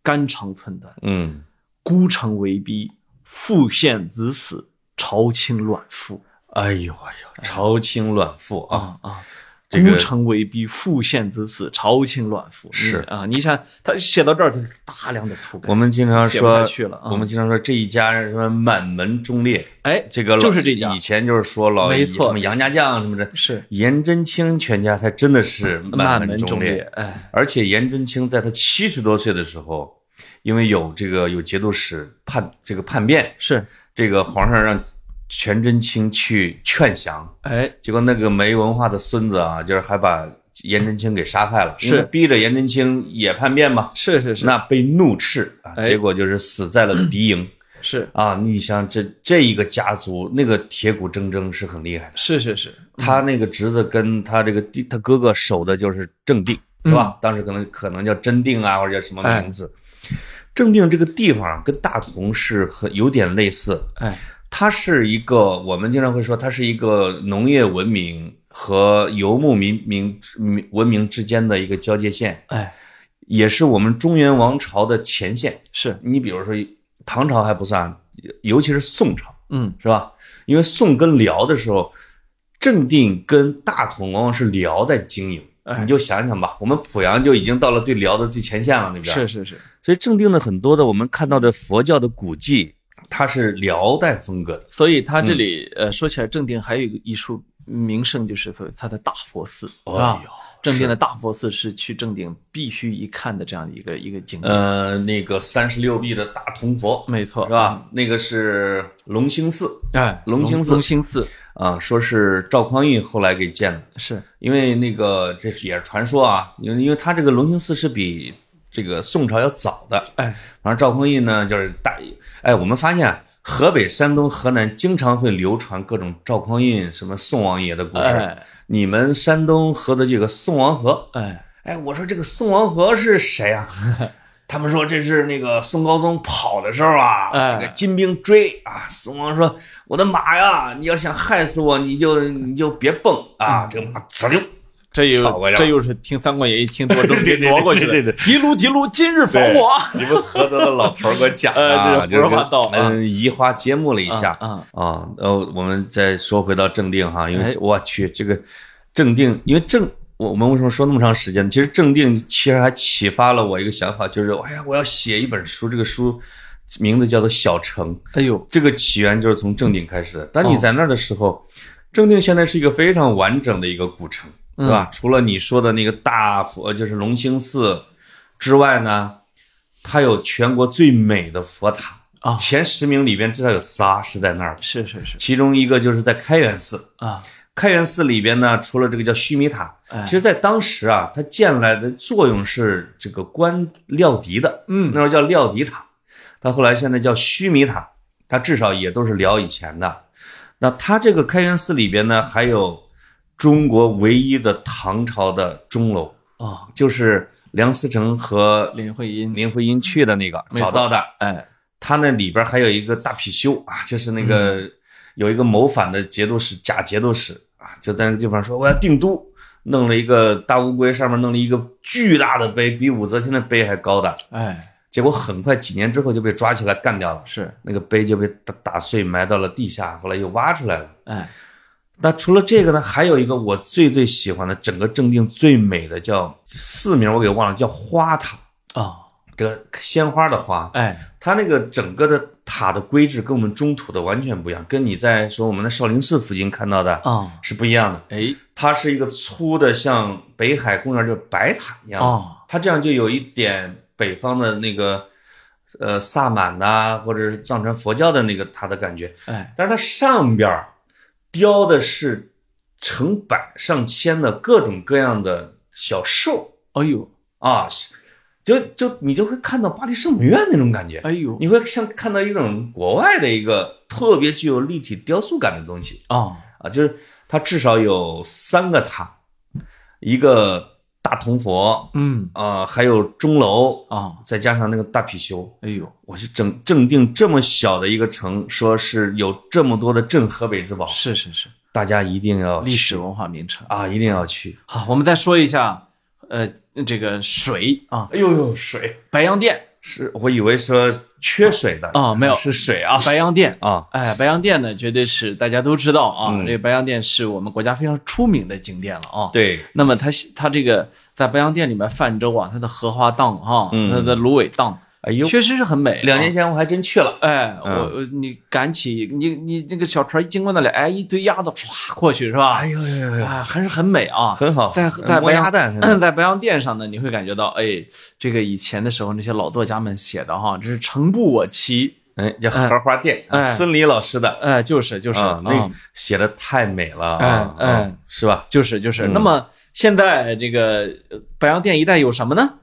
A: 肝肠寸断。
B: 嗯，
A: 孤城为逼，父献子死，朝清卵妇
B: 哎呦哎呦，朝清卵妇啊，
A: 啊！
B: 这个
A: 孤城为逼，父献子死，朝清卵妇你
B: 是
A: 啊，你想他写到这儿，就是大量的土改。
B: 我们经常
A: 写不下
B: 说
A: 去了啊
B: 我们经常说这一家人什么满门忠烈，
A: 哎，
B: 这个老
A: 就是这家
B: 以前就是说老
A: 没
B: 以
A: 错
B: 什么杨家将什么的，
A: 是
B: 颜真卿全家才真的是
A: 满
B: 门
A: 门忠烈
B: 烈。，
A: 哎，
B: 而且颜真卿在他七十多岁的时候，因为有这个有节度使叛这个叛变，
A: 是
B: 这个皇上让全真卿去劝降，
A: 哎，
B: 结果那个没文化的孙子啊，就是还把颜真卿给杀害了，
A: 是
B: 因为逼着颜真卿也叛变嘛，
A: 是是是，
B: 那被怒斥啊，
A: 哎
B: 结果就是死在了敌营。
A: 是
B: 啊，你想这这一个家族，那个铁骨铮铮是很厉害的。
A: 是是是，
B: 他那个侄子跟他这个弟，他哥哥守的就是正定，
A: 嗯
B: 是吧？当时可能可能叫真定啊，或者叫什么
A: 哎
B: 名字。正定这个地方跟大同是很有点类似，
A: 哎，
B: 它是一个我们经常会说它是一个农业文明和游牧民民民文明之间的一个交界线，
A: 哎，
B: 也是我们中原王朝的前线。
A: 是，
B: 你比如说唐朝还不算，尤其是宋朝。
A: 嗯，
B: 是吧？因为宋跟辽的时候，正定跟大同往往是辽在经营。
A: 哎
B: 你就想想吧，我们濮阳就已经到了对辽的最前线了，那边
A: 是。是是，
B: 所以正定的很多的我们看到的佛教的古迹，它是辽代风格的。
A: 所以他这里
B: 嗯
A: 呃说起来，正定还有一个一处名胜，就是所谓它的大佛寺啊
B: 哎呦。
A: 正定的大佛寺是去正定必须一看的这样一个一个景点，
B: 呃，那个三十六臂的大铜佛
A: 没错，
B: 嗯是？吧？那个是隆兴寺
A: 哎，
B: 龙兴寺
A: 龙兴寺
B: 啊，说是赵匡胤后来给建的。
A: 是
B: 因为那个这是也是传说啊，因为因为它这个隆兴寺是比这个宋朝要早的，
A: 哎，
B: 然后赵匡胤呢就是大，哎，我们发现啊河北、山东、河南经常会流传各种赵匡胤什么宋王爷的故事。
A: 哎
B: 你们山东河的这个宋王河，
A: 哎
B: 哎，我说这个宋王河是 谁啊？他们说这是那个宋高宗跑的时候啊，
A: 哎
B: 这个金兵追啊。宋王说：“我的马呀，你要想害死我，你就你就别蹦啊，
A: 嗯
B: 这个马呲溜
A: 这
B: 跳
A: 又
B: 过去了
A: 这又是听《三国演义》听 多了，
B: 对对对
A: 挪过去
B: 对
A: 了
B: 对。
A: 狄卢狄卢，今日防
B: 对
A: 我。啊
B: 你们菏泽的老头儿给我讲
A: 呃
B: 啊，
A: 这是胡说
B: 就是
A: 八道啊
B: 嗯，移花接木了一下
A: 啊
B: 啊。呃，我们再说回到正定哈，因
A: 哎
B: 为我去这个正定，因为正我们为什么说那么长时间？其实正定其实还启发了我一个想法，就是哎呀，我要写一本书，这个书名字叫做《小城》，
A: 哎呦，
B: 这个起源就是从正定开始的。当
A: 哦
B: 你在那儿的时候，正定现在是一个非常完整的一个古城，
A: 嗯
B: 对吧？除了你说的那个大佛，就是隆兴寺之外呢，它有全国最美的佛塔
A: 啊
B: 前十名里边至少有仨是在那儿的，
A: 是是是
B: 其中一个就是在开元寺。
A: 啊，
B: 开元寺里边呢，除了这个叫须弥塔
A: 哎，
B: 其实，在当时啊，它建来的作用是这个官料敌的，
A: 嗯
B: 那时候叫料敌塔，它后来现在叫须弥塔，它至少也都是辽以前的。那它这个开元寺里边呢，还有中国唯一的唐朝的钟楼，
A: 啊，
B: 就是梁思成和
A: 林徽因，
B: 林徽因去的那个
A: 没错
B: 找到的，
A: 哎
B: 它那里边还有一个大貔貅啊，就是那个、
A: 嗯
B: 有一个谋反的节度使，假节度使啊，就在那个地方说我要定都，弄了一个大乌龟，上面弄了一个巨大的碑，比武则天的碑还高的。
A: 哎
B: 结果很快几年之后就被抓起来干掉了，
A: 是
B: 那个碑就被打打碎埋到了地下，后来又挖出来了。
A: 哎
B: 那除了这个呢，还有一个我最最喜欢的，整个正定最美的叫寺名我给忘了，叫花塔，
A: 啊
B: 这个鲜花的花，
A: 哎
B: 它那个整个的塔的规制跟我们中土的完全不一样，跟你在说我们的少林寺附近看到的
A: 啊
B: 是不一样的。
A: 哎
B: 它是一个粗的，像北
A: 哎
B: 海公园就是白塔一样的，
A: 啊
B: 它这样就有一点北方的那个呃萨满呐、或者是藏传佛教的那个它的感觉，
A: 哎，
B: 但是它上边儿雕的是成百上千的各种各样的小兽
A: 哎呦，
B: 啊，是就就你就会看到巴黎圣母院那种感觉，
A: 哎呦，
B: 你会像看到一种国外的一个特别具有立体雕塑感的东西
A: 啊，
B: 啊，就是它至少有三个塔，一个大铜佛
A: 嗯，
B: 啊、呃还有钟楼，
A: 啊，
B: 再加上那个大貔貅。
A: 哎呦，
B: 我去整正定这么小的一个城，说是有这么多的镇河北之宝，
A: 是是是，
B: 大家一定要
A: 历
B: 去
A: 史文化名城。
B: 啊，一定要去。
A: 哦好，我们再说一下，呃，这个水啊，
B: 哎呦呦，水
A: 白洋淀
B: 是我以为说缺水的
A: 啊没有
B: 是水啊
A: 白洋淀。
B: 啊，
A: 哎，白洋淀呢，绝对是大家都知道啊，
B: 嗯
A: 这个白洋淀是我们国家非常出名的景点了啊。
B: 对，
A: 那么它它这个在白洋淀里面泛舟啊，它的荷花荡啊，
B: 嗯
A: 它的芦苇荡，
B: 哎呦，
A: 确实是很美。啊
B: 两年前我还真去了。
A: 哎，我
B: 嗯
A: 我你赶起你你那个小船一经过那里，哎，一堆鸭子唰过去是吧？
B: 哎呦呦呦 呦，
A: 啊，还是很美啊，
B: 很好，
A: 在在
B: 磨
A: 白
B: 鸭
A: 洋，
B: 蛋
A: 在白洋淀上呢，你会感觉到，哎，这个以前的时候那些老作家们写的哈，这是诚不我欺，
B: 哎，叫荷花淀，
A: 嗯哎
B: 孙俪老师的，
A: 哎，就是就是
B: 啊，那
A: 嗯
B: 写的太美了
A: 哎
B: 啊，
A: 哎
B: 啊是吧？
A: 就是就是。
B: 嗯
A: 那么现在这个呃白洋淀一带有什么呢？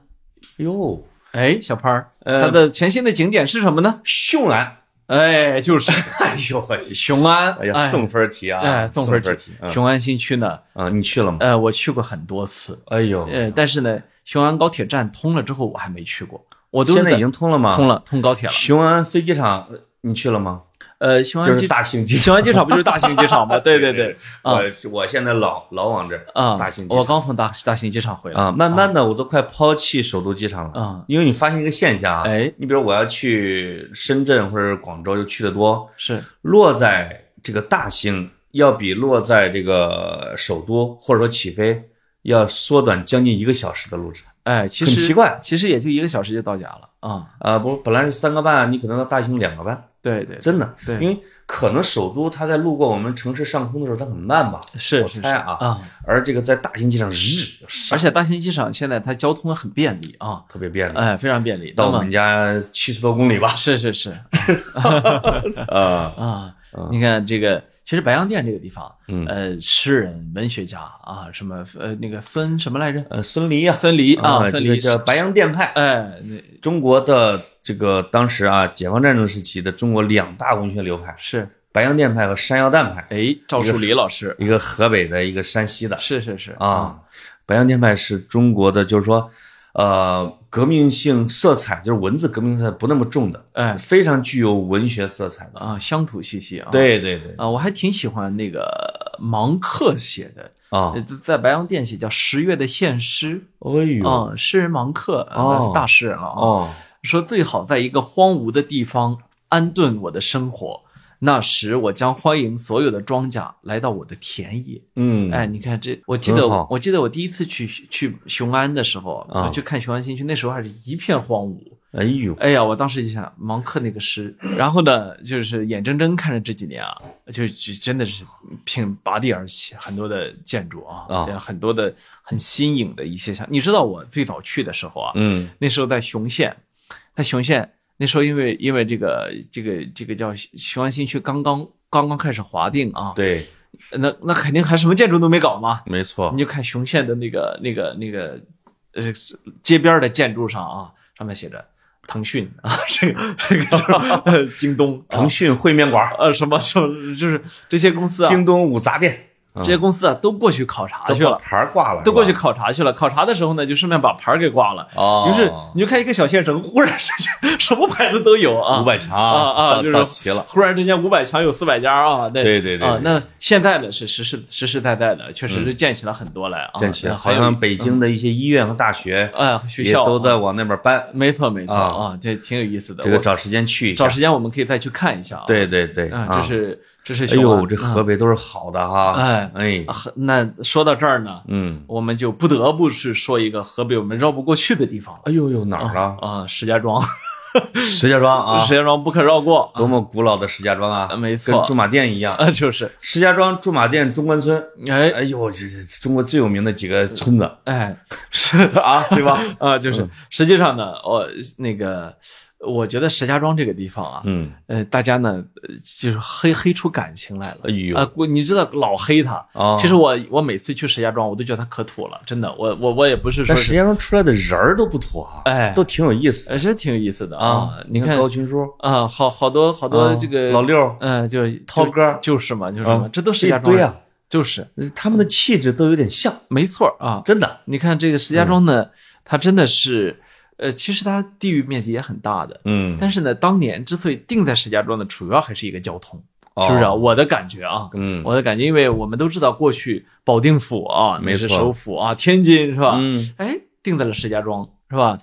B: 哎呦，
A: 哎，小潘儿，
B: 呃
A: 它的全新的景点是什么呢？
B: 雄安，
A: 哎，就是
B: 哎呦我去，
A: 雄安，
B: 哎呀，送分题啊，
A: 哎
B: 送
A: 送分
B: 分
A: 题
B: 题，嗯
A: 雄安新区呢，
B: 啊，你去了吗？
A: 呃，我去过很多次，
B: 哎呦，
A: 呃，但是呢，雄安高铁站通了之后，我还没去过，我都是
B: 现在
A: 在
B: 已经通了吗？
A: 通了，通高铁了。
B: 雄安飞机场，呃你去了吗？
A: 呃，雄
B: 就
A: 安
B: 是
A: 机
B: 大兴机场。
A: 雄安机场不就是大兴机场 吗？对对对，啊
B: 我是我现在老老往这儿
A: 啊，
B: 大兴机
A: 我
B: 场
A: 刚从大大兴机场回来
B: 啊，慢慢的我都快抛弃首都机场了
A: 啊，
B: 因为你发现一个现象啊，
A: 哎，
B: 你比如我要去深圳或者广州，就去的多，
A: 是
B: 落在这个大兴要比落在这个首都或者说起飞要缩短将近一个小时的路程，
A: 哎，其
B: 很
A: 实
B: 奇，怪。
A: 其实也就一个小时就到家了啊。
B: 啊，不，本来是三个半，你可能到大兴两个半，
A: 对对，
B: 真的，
A: 对
B: 因为可能首都它在路过我们城市上空的时候，它很慢吧，
A: 是
B: 我
A: 是
B: 猜
A: 是
B: 啊
A: 啊，
B: 而这个在大兴机场，日
A: 而且大兴机场现在它交通很便利啊，
B: 特别便利，
A: 哎，非常便利。
B: 到
A: 那
B: 我
A: 么
B: 们家七十多 公里吧，
A: 是是是
B: 啊，
A: 啊，你看这个，其实白洋淀这个地方，
B: 嗯
A: 呃，诗人、文学家啊，什么呃那个孙什么来着？
B: 呃，孙犁啊，
A: 孙犁啊，
B: 啊，这
A: 孙
B: 个
A: 犁
B: 叫
A: 是
B: 白洋淀派，
A: 哎，那
B: 中国的这个当时啊，解放战争时期的中国两大文学流派，
A: 是
B: 白洋淀派和山药蛋派，
A: 哎，赵树理老师，
B: 一个河北的，一个山西的
A: 是是是，
B: 啊。白洋淀派是中国的，就是说，呃，革命性色彩，就是文字革命色彩不那么重的，
A: 哎
B: 非常具有文学色彩的。
A: 啊，乡土气息啊，。
B: 对对对，
A: 啊，我还挺喜欢那个芒克写的，
B: 啊
A: 呃，在白洋淀写叫《十月的献诗
B: 哎》呦，
A: 啊，诗人芒克，呃
B: 哦
A: 那是大诗人了啊，
B: 哦，
A: 说最好在一个荒芜的地方安顿我的生活，那时我将欢迎所有的庄稼来到我的田野。
B: 嗯，
A: 哎，你看这，我记
B: 很
A: 得
B: 好，
A: 我记得我第一次去去雄安的时候，
B: 啊
A: 我去看雄安新区，那时候还是一片荒芜。
B: 哎呦，
A: 哎呀，我当时就想芒克那个诗，然后呢，就是眼睁睁看着这几年啊，就就真的是凭拔地而起，很多的建筑啊，
B: 啊
A: 也很多的很新颖的一些像，你知道我最早去的时候啊，
B: 嗯
A: 那时候在雄县，在雄县那时候因为因为这个这个这个叫雄安新区刚刚刚刚开始划定啊，
B: 对，
A: 那那肯定还什么建筑都没搞嘛，
B: 没错
A: 你，就看雄县的那个那个那个呃街边的建筑上啊，上面写着腾讯啊，这个这个就是 呃京东、啊
B: 腾讯烩面馆，
A: 呃什么什么就是这些公司啊，
B: 京东五杂店，
A: 这些公司啊都过去考察
B: 都
A: 去
B: 把
A: 了。
B: 牌儿挂了，
A: 都过去
B: 是吧
A: 考察去了，考察的时候呢，就顺便把牌儿给挂了。
B: 哦，
A: 于是你就看一个小县城，忽然之间 什么牌子都有啊，
B: 五百强
A: 啊啊，
B: 到
A: 就是
B: 到齐了。
A: 忽然之间五百强有四百家啊，对
B: 对对对
A: 啊
B: 对，
A: 那现在呢是实实实实在在的，确实是建起了很多来啊，
B: 建起来，
A: 嗯还
B: 好
A: 有
B: 像北京的一些医院和大学
A: 哎学
B: 也
A: 校
B: 都在
A: 啊，
B: 往那边搬。
A: 没错没错
B: 啊
A: 啊，这挺有意思的。
B: 这个
A: 我
B: 找时间去一下
A: 找。时间我们可以再去看一下啊。
B: 对对对，
A: 啊，
B: 啊，
A: 这是这是
B: 哎
A: 雄安
B: 呦，这河北都是好的哈。
A: 嗯哎
B: 哎
A: 啊，很那说到这儿呢，
B: 嗯，
A: 我们就不得不去说一个河北我们绕不过去的地方了
B: 哎呦呦哪儿了？
A: 啊，石家庄，
B: 石家庄 啊
A: 石，家庄不可绕过
B: 多么古老的石家庄啊！
A: 没错
B: 跟驻马店一样。
A: 啊，就是
B: 石家庄、驻马店、中关村，
A: 哎
B: 哎呦，这这中国最有名的几个村子
A: 哎是。
B: 啊，对吧？
A: 啊，就是实际上呢，我、那个我觉得石家庄这个地方啊，
B: 嗯，
A: 呃，大家呢呃就是黑黑出感情来了。
B: 哎呦，
A: 啊，我你知道老黑他。
B: 哦
A: 其实我我每次去石家庄，我都觉得他可土了，真的。我我我也不是说
B: 但石
A: 是，
B: 家庄出来的人儿都不土啊，
A: 哎
B: 都挺有意思的
A: 呃，是挺有意思的
B: 啊。
A: 你看
B: 高群书，
A: 啊，好好多好多
B: 啊
A: 这个
B: 老，六儿
A: 嗯，就是
B: 涛哥儿
A: 就是嘛，就是
B: 啊
A: 嘛，，这都石
B: 一
A: 家庄
B: 堆
A: 人，嗯
B: 啊，
A: 就是
B: 他们的气质都有点像，
A: 没错啊。
B: 真的。
A: 你看这个
B: 嗯
A: 石家庄呢，它真的是，呃，其实它地域面积也很大的，
B: 嗯，
A: 但是呢，当年之所以定在石家庄呢，主要还是一个交通，是不是啊？
B: 哦？
A: 我的感觉啊，
B: 嗯，
A: 我的感觉，因为我们都知道过去保定府啊，
B: 没
A: 那是
B: 错
A: 首府啊，天津是吧？
B: 嗯，
A: 哎，定在了石家庄是吧？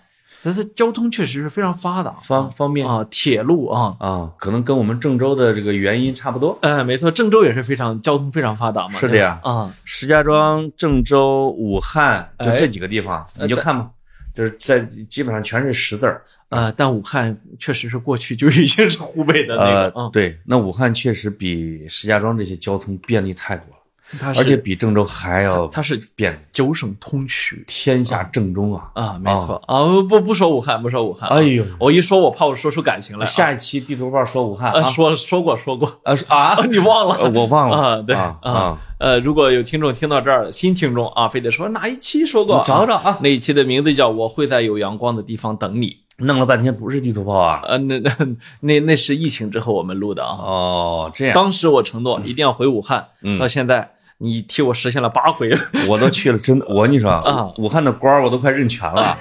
A: 但是交通确实是非常发达，
B: 方方便
A: 啊，铁路啊，
B: 啊，可能跟我们郑州的这个原因差不多。
A: 嗯、没错，郑州也是非常交通非常发达嘛，
B: 是的
A: 对吧
B: 呀
A: 啊、
B: 石家庄、郑州、武汉，就
A: 哎
B: 这几个地方，你就看吧，就是在基本上全是十字儿。
A: 呃，但武汉确实是过去就已经是湖北的那
B: 呃
A: 个，，嗯，
B: 对，那武汉确实比石家庄这些交通便利太多了，
A: 它是
B: 而且呃比郑州还要
A: 它是
B: 便利。
A: 九省通衢
B: 天下正宗啊！
A: 啊，没错啊，不不说武汉，不说武汉，啊
B: 哎呦，
A: 我一说我怕我说出感情来啊，
B: 下一期地图报说武汉
A: 呃
B: 啊
A: 说说过说过，
B: 啊是啊
A: 啊，你忘了
B: 呃我忘了
A: 啊？对
B: 啊
A: 啊，呃，如果有听众听到这儿，新听众啊，非得说哪一期说过
B: 你
A: 啊，
B: 找找啊，
A: 那一期的名字叫《我会在有阳光的地方等你》。
B: 弄了半天不是地图炮啊？
A: 呃，那那那那是疫情之后我们录的啊。
B: 哦，这样
A: 当时我承诺一定要回武汉，
B: 嗯
A: 到现在你替我实现了八回了。
B: 我都去了，真的，我跟你说
A: 啊
B: 武汉的官儿我都快认 全了，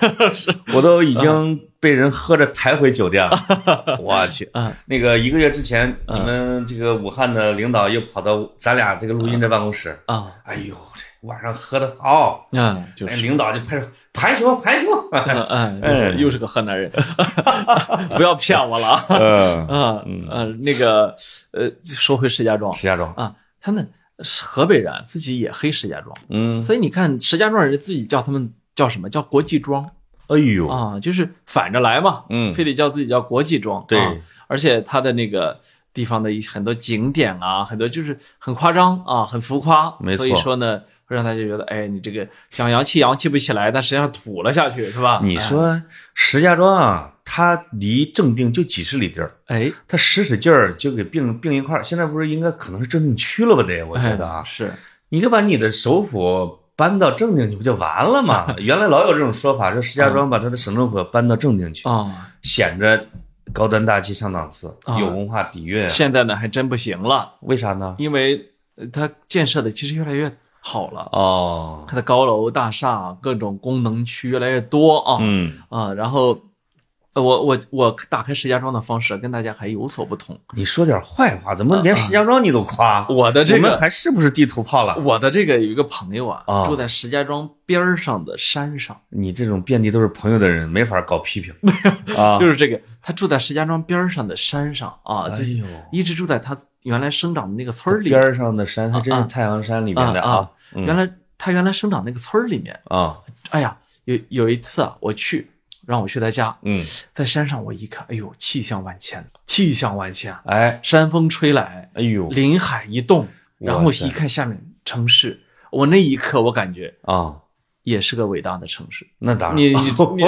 B: 我都已经被人喝着抬回酒店了。 我去
A: 啊，
B: 那个一个月之前，
A: 啊
B: 你们这个武汉的领导又跑到咱俩这个录音的办公室，
A: 啊
B: 哎呦，这晚上喝的好，
A: 啊，就
B: 那
A: 是。
B: 领导就拍手盘什么盘什么，
A: 嗯
B: 哎
A: 嗯，又是个河南人， 不要骗我了啊！
B: 嗯，
A: 啊呃，那个呃，说回石家庄
B: 石家庄，
A: 啊，他们是河北人啊自己也黑石家庄，
B: 嗯，
A: 所以你看石家庄人自己叫他们叫什么叫国际庄
B: 哎呦，
A: 啊，就是反着来嘛，
B: 嗯
A: 非得叫自己叫国际庄，
B: 对
A: 啊而且它的那个地方的一很多景点啊，很多就是很夸张啊，很浮夸，
B: 没
A: 所
B: 错
A: 以说呢，会让大家觉得，哎，你这个想洋气洋气不起来，但实际上土了下去，是吧？
B: 你说石家庄啊，它离正定就几十里地儿，
A: 哎，
B: 他使使劲儿就给并并一块儿。现在不是应该可能是正定区了吧？得，我
A: 哎，
B: 觉得啊，
A: 是，
B: 你就把你的首府搬到正定，你不就完 了吗？原来老有这种说法，说石家
A: 嗯
B: 庄把他的省政府搬到正定去，
A: 啊，
B: 显着高端大气上档次，
A: 啊
B: 有文化底蕴。
A: 现在呢还真不行了，
B: 为啥呢？
A: 因为呃它建设的其实越来越好了。
B: 哦，
A: 它的高楼大厦、各种功能区越来越多啊、
B: 嗯，
A: 啊！然后呃我我我打开石家庄的方式跟大家还有所不同。啊
B: 你说点坏话，怎么连石家庄你都夸？
A: 嗯我的这
B: 我们
A: 个嗯
B: 还是不是地图炮了？
A: 我的这个有一个朋友啊，
B: 啊
A: 住在石家庄边儿上的山上，
B: 你这种遍地都是朋友的人，没法搞批评啊！
A: 就是这个，他住在石家庄边儿上的山上啊，
B: 哎
A: 就
B: 呦，
A: 一直住在他原来生长的那个村儿里
B: 边儿上的山还真
A: 啊
B: 是
A: 啊
B: 太阳山里面的
A: 啊啊
B: 嗯
A: 原来他原来生长那个村儿里面，
B: 啊，
A: 哎呀，有有一次啊，我去让我去他家，
B: 嗯，
A: 在山上我一看，哎呦，气象万千，气象万千，啊
B: 哎，
A: 山风吹来，
B: 哎呦
A: 林海一动，然后
B: 哇塞
A: 一看下面城市，我那一刻我感觉
B: 啊，
A: 也是个伟大的城 市。
B: 那当然，
A: 你你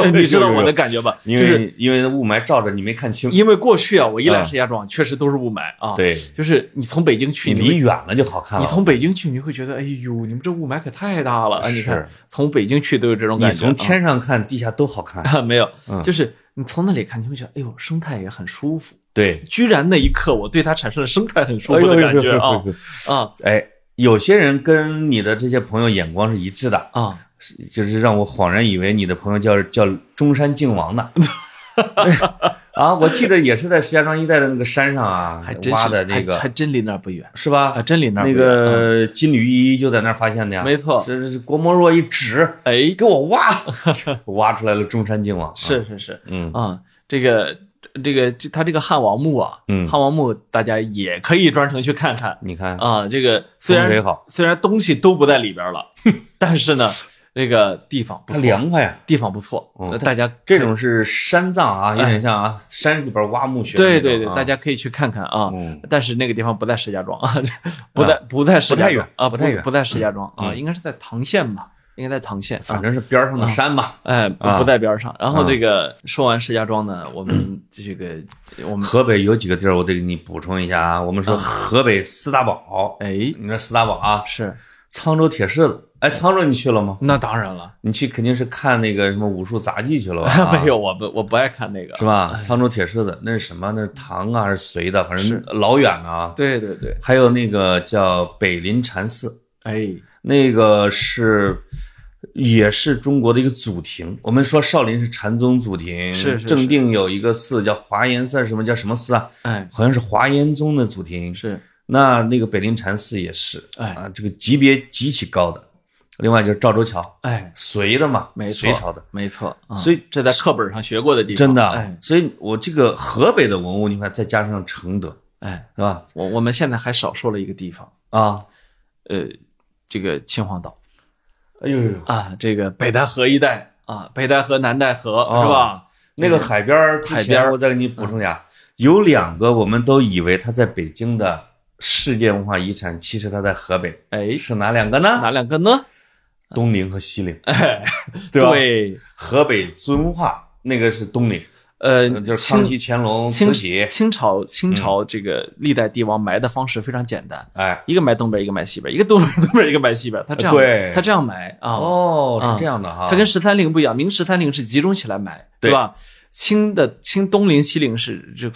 A: 你你知道我的感觉吧？
B: 因
A: 就是
B: 为因为雾霾罩着你没看清，
A: 因为过去啊，我一来
B: 啊
A: 石家庄确实都是雾霾啊，，
B: 对
A: 就是你从北京去，
B: 你
A: 你会
B: 离远了就好看了。
A: 你从北京去，你会觉得哎呦，你们这雾霾可太大了啊！你看
B: 是
A: 从北京去都有这种
B: 你
A: 感觉，
B: 从天上看，地下都 好看。
A: 啊 没有
B: 嗯，
A: 就是你从那里看，你会觉得哎呦，生态也很舒服。
B: 对，
A: 居然那一刻，我对它产生了生态很舒服的感觉啊啊
B: 哎，有些人跟你的这些朋友眼光是一致的，
A: 啊！
B: 是就是让我恍然以为你的朋友叫叫中山靖王 呢。 啊，我记得也是在石家庄一带的那个山上啊
A: 还真
B: 挖
A: 是
B: 的那
A: 还还
B: 个，
A: 真离那儿不远
B: 是吧
A: 啊，？真离那儿不
B: 那
A: 远啊
B: 个金缕衣就在那儿发现的呀，
A: 没错
B: 这这这郭沫若一指，
A: 哎
B: 给我 挖，挖出来了中山靖王。啊，
A: 是是是
B: 嗯，
A: 啊，这个这个这他这个汉王墓啊，
B: 嗯
A: 汉王墓大家也可以专程去看看。
B: 你看，
A: 啊，这个虽
B: 风水
A: 然
B: 好
A: 虽然东西都不在里边了， 但是呢，这个地方不
B: 它
A: 错，
B: 凉快呀。
A: 地方不错，
B: 嗯
A: 呃大家
B: 这种是山葬啊，有点像啊，山里边挖墓穴。
A: 哎对对对，
B: 啊
A: 大家可以去看看啊。
B: 嗯
A: 但是那个地方不在 石家庄啊，不在不在石家
B: 不太
A: 庄
B: 远
A: 啊，
B: 不太远
A: 不在石家庄啊，
B: 嗯
A: 应该是在唐县吧？应该在唐县，啊
B: 反正是边儿上的山吧，
A: 哎，不
B: 啊
A: 不在边儿上。然后这个说完石家庄 呢，我们这个我 们
B: 河北有几个地儿，我得给你补充一下啊。我们说河北四大宝，
A: 哎
B: 你说四大宝啊，
A: 是
B: 沧州铁狮子。哎，沧州你去了吗？
A: 那当然了，
B: 你去肯定是看那个什么武术杂技去 了吧？啊
A: 没有我不我不爱看那个，
B: 是？吧？沧州铁狮子那是什么？那是唐啊还是隋的？反正
A: 是
B: 老远了啊。
A: 对对对，
B: 还有那个叫北林禅寺，
A: 哎
B: 那个是也是中国的一个祖庭。我们说少林是禅宗祖庭，
A: 是是
B: 正定有一个寺叫华严寺，什么叫什么寺啊？
A: 哎
B: 好像是华严宗的祖庭。
A: 是
B: 那那个北林禅寺也是，
A: 哎
B: 啊，这个级别极其高的。另外就是赵州桥，
A: 哎
B: 隋的嘛，
A: 没错
B: 隋朝的，
A: 没错，啊
B: 所以
A: 这在课本上学过的地方，
B: 真的。啊
A: 哎
B: 所以我这个河北的文物，你看再加上承德，
A: 哎，
B: 是吧？
A: 我我们现在还少说了一个地方，
B: 啊，
A: 呃，这个秦皇岛
B: 哎呦呦呦，
A: 啊，这个北戴河一带啊，北戴河、南戴河、
B: 啊
A: 是吧？
B: 那个海边儿之前
A: 海边儿
B: 我再给你补充俩，有两个我们都以为它在北京的世界文化遗产，其实它在河北，
A: 哎，
B: 是哪两个呢？
A: 哪两个呢？
B: 东陵和西陵，
A: 哎，
B: 对吧？
A: 对，
B: 河北遵化那个是东陵，
A: 呃，
B: 就是
A: 清
B: 康熙、乾隆、
A: 清
B: 慈禧，嗯
A: 清朝清朝这个历代帝王埋的方式非常简单，
B: 哎，
A: 一个埋东边，一个埋西边，一个东边 东边，一个埋西边，他这样
B: 对
A: 他这样埋啊，
B: 哦，
A: 啊
B: 是这样的哈，
A: 他跟十三陵不一样，明十三陵是集中起来埋，
B: 对
A: 吧？清的清东陵西陵是这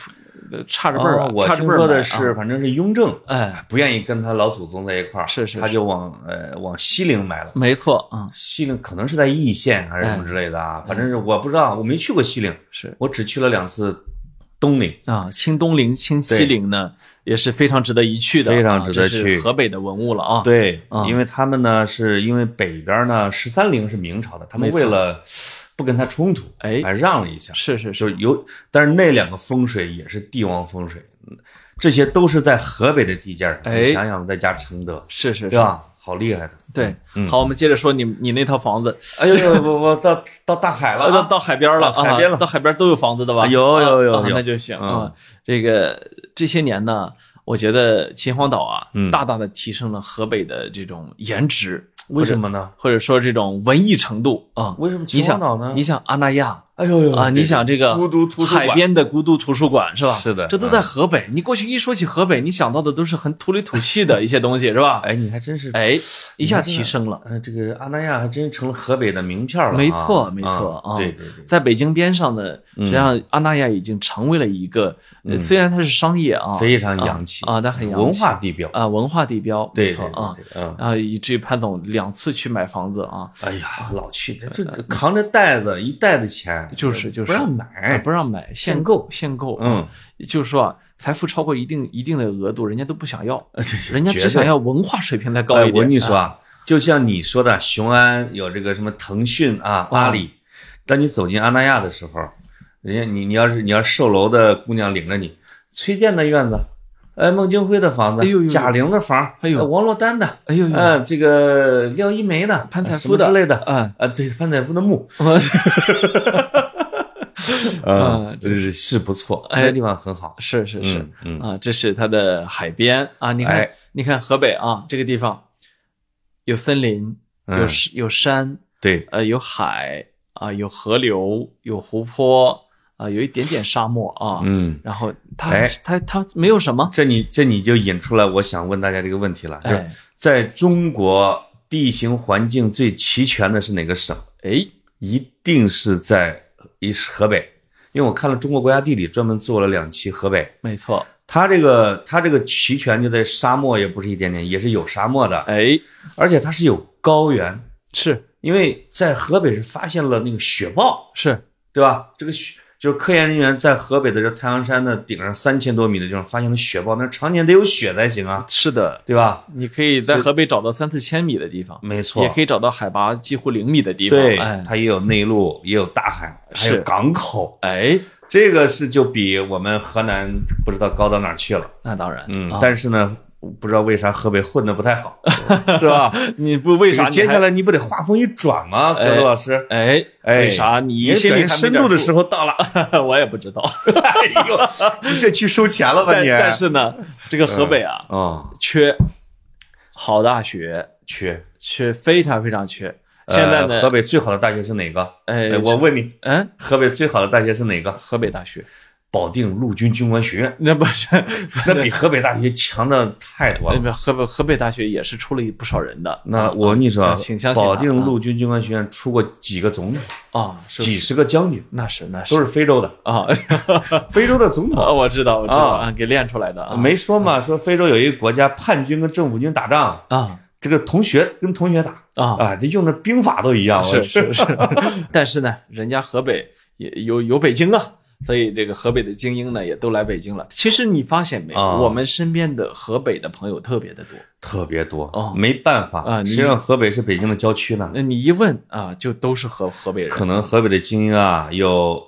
A: 呃差着辈儿啊
B: 哦，我
A: 差着
B: 听
A: 辈儿
B: 说的
A: 埋
B: 是，
A: 啊，
B: 反正是雍正
A: 哎，
B: 不愿意跟他老祖宗在一块儿，
A: 是是
B: 他
A: 是
B: 就往呃往西陵埋了。
A: 没错啊，
B: 西陵可能是在易县还是
A: 哎
B: 什么之类的啊，反正是我不知道，我没去过西陵，
A: 是
B: 我只去了两次东陵。
A: 啊，清东陵、清西陵呢也是非常值得一去的，
B: 非常
A: 啊
B: 值得
A: 这是
B: 去
A: 河北的文物了啊，
B: 对，
A: 嗯
B: 因为他们呢，是因为北边呢十三陵是明朝的，他们
A: 没错
B: 为了不跟他冲突，
A: 哎
B: 还让了一下，
A: 是是，
B: 就是是有，但是那两个风水也是帝王风水，这些都是在河北的地界儿。
A: 哎
B: 你想想，再加承德，
A: 是是
B: 对
A: 是，
B: 吧？好厉害的！
A: 对
B: 嗯，
A: 好，我们接着说你你那套房子，
B: 哎呦 呦，我我到到大海了
A: 啊，到
B: 啊，
A: 到海边了，
B: 啊
A: 啊，
B: 海边了
A: 到海边都有房子的吧？
B: 啊有有有
A: 啊啊
B: 有
A: 那就行
B: 嗯
A: 啊。这个这些年呢，我觉得秦皇岛啊
B: 嗯，
A: 大大的提升了河北的这种颜值，
B: 为什么呢？
A: 或者说这种文艺程度啊。
B: 为什么秦
A: 你
B: 皇
A: 想
B: 岛呢？
A: 你想阿那亚
B: 哎呦呦
A: 啊，你想这个
B: 孤独图书馆
A: 海边的孤独图书馆是吧？
B: 是的嗯
A: 这都在河北。你过去一说起河北，你想到的都是很土里土气的一些东西是吧？
B: 哎，你还真是，
A: 哎，一下
B: 你看这个
A: 提升了。
B: 呃，这个阿那亚还真成了河北的名片了啊。
A: 没错没错
B: 啊
A: 啊
B: 对对对，
A: 在北京边上呢，实
B: 嗯
A: 际上阿那亚已经成为了一个，呃虽然它是商业啊，
B: 非常洋气
A: 啊啊它很洋气
B: 文化地标，
A: 啊文化地标，
B: 对
A: 没错
B: 对
A: 啊
B: 对，对嗯，
A: 啊，以至于潘总两次去买房子啊，
B: 哎呀，老去这这这扛着袋子一袋子钱，
A: 呃就是就是
B: 不让
A: 啊
B: 买，
A: 不让买，限购限购，
B: 嗯，
A: 就是说啊，财富超过一定一定的额度，人家都不想 要，人家
B: 绝对
A: 只想要文化水平再高
B: 哎，
A: 一点。
B: 我 跟你说
A: 啊，
B: 啊，就像你说的，雄安有这个什么腾讯啊、阿里，当你走进阿那亚的时候，人家你你要是你要售楼的姑娘领着你，崔健的院子，哎，孟京辉的房子，
A: 哎呦呦呦
B: 贾玲的房，
A: 哎呦
B: 呃王珞丹的，
A: 哎呦呦
B: 嗯，这个廖一梅的，
A: 潘采
B: 什么
A: 夫的
B: 之类的，
A: 嗯
B: 啊，对，潘采夫 的墓，
A: 我
B: 啊，是是不错，
A: 哎，
B: 那个地方很好
A: 是是是
B: 嗯嗯
A: 啊，这是它的海边啊，你看
B: 哎
A: 你看河北啊这个地方，有森林，有
B: 嗯
A: 是有山，
B: 对，
A: 呃，有海啊，有河流，有湖泊啊，有一点点沙漠啊，
B: 嗯。
A: 然后它
B: 哎
A: 它它没有什么，
B: 这你这你就引出来我想问大家这个问题了，就是
A: 哎
B: 在中国地形环境最齐全的是哪个省？
A: 哎，
B: 一定是在一是河北，因为我看了中国国家地理专门做了两期河北，
A: 没错，
B: 它这个它这个齐全就在沙漠也不是一点点，也是有沙漠的，
A: 哎，
B: 而且它是有高原，
A: 是
B: 因为在河北是发现了那个雪豹，
A: 是，
B: 对吧？这个雪。就是科研人员在河北的这太行山的顶上三千多米的地方发现了雪豹，那常年得有雪才行啊，
A: 是的，
B: 对吧？
A: 你可以在
B: 是
A: 河北找到三四千米的地方，
B: 没错，
A: 也可以找到海拔几乎零米的地方，
B: 对，
A: 哎
B: 它也有内陆，也有大海，还有
A: 是
B: 港口，
A: 哎，
B: 这个是就比我们河南不知道高到哪儿去了。
A: 那当然，
B: 嗯，
A: 啊
B: 但是呢，不知道为啥河北混的不太 好，是吧？
A: 你不为
B: 这
A: 啥
B: 个
A: 你
B: 接
A: 还
B: 下来你不得话锋一转吗，格
A: 哎
B: 子 老师？
A: 哎
B: 哎
A: 为啥你
B: 哎
A: 心里
B: 感觉
A: 还
B: 深度的时
A: 候，
B: 候到了，
A: 我也不知道，
B: 哎呦，你这去收钱了吧嗯
A: 但
B: 你？
A: 但是呢，这个河北啊，
B: 哦，
A: 缺好大学，
B: 缺
A: 缺非常非常缺。
B: 呃
A: 现在呢
B: 河北最好的大学是哪个？
A: 哎
B: 哎，我问你，
A: 嗯，
B: 河北最好的大学是哪个？
A: 河北大学
B: 保定陆军军官学 院，
A: 那不是
B: 那比河北大学强的太多
A: 那
B: 了。
A: 边河北河北大学也是出了不少人的
B: 那我跟你说啊
A: 请相，信他
B: 保定陆军军官学院出过几个总统，
A: 啊，是
B: 几十个将军，
A: 那是那是
B: 都是非洲的，
A: 啊
B: 非洲的总统。
A: 啊，我知道我知道
B: 啊
A: 啊，给练出来的啊，
B: 没说嘛，说非洲有一个国家叛军跟政府军打仗，
A: 啊
B: 这个同学跟同学打
A: 啊
B: 啊，这用的兵法都一样。啊我
A: 是是是， 但是呢，人家河北也有有北京啊，所以这个河北的精英呢也都来北京了。其实你发现没，
B: 啊
A: 我们身边的河北的朋友特别的多。
B: 特别多，
A: 哦
B: 没办法
A: 啊你
B: 谁让河北是北京的郊区呢？
A: 那你一问啊，就都是河河北人。
B: 可能河北的精英啊，有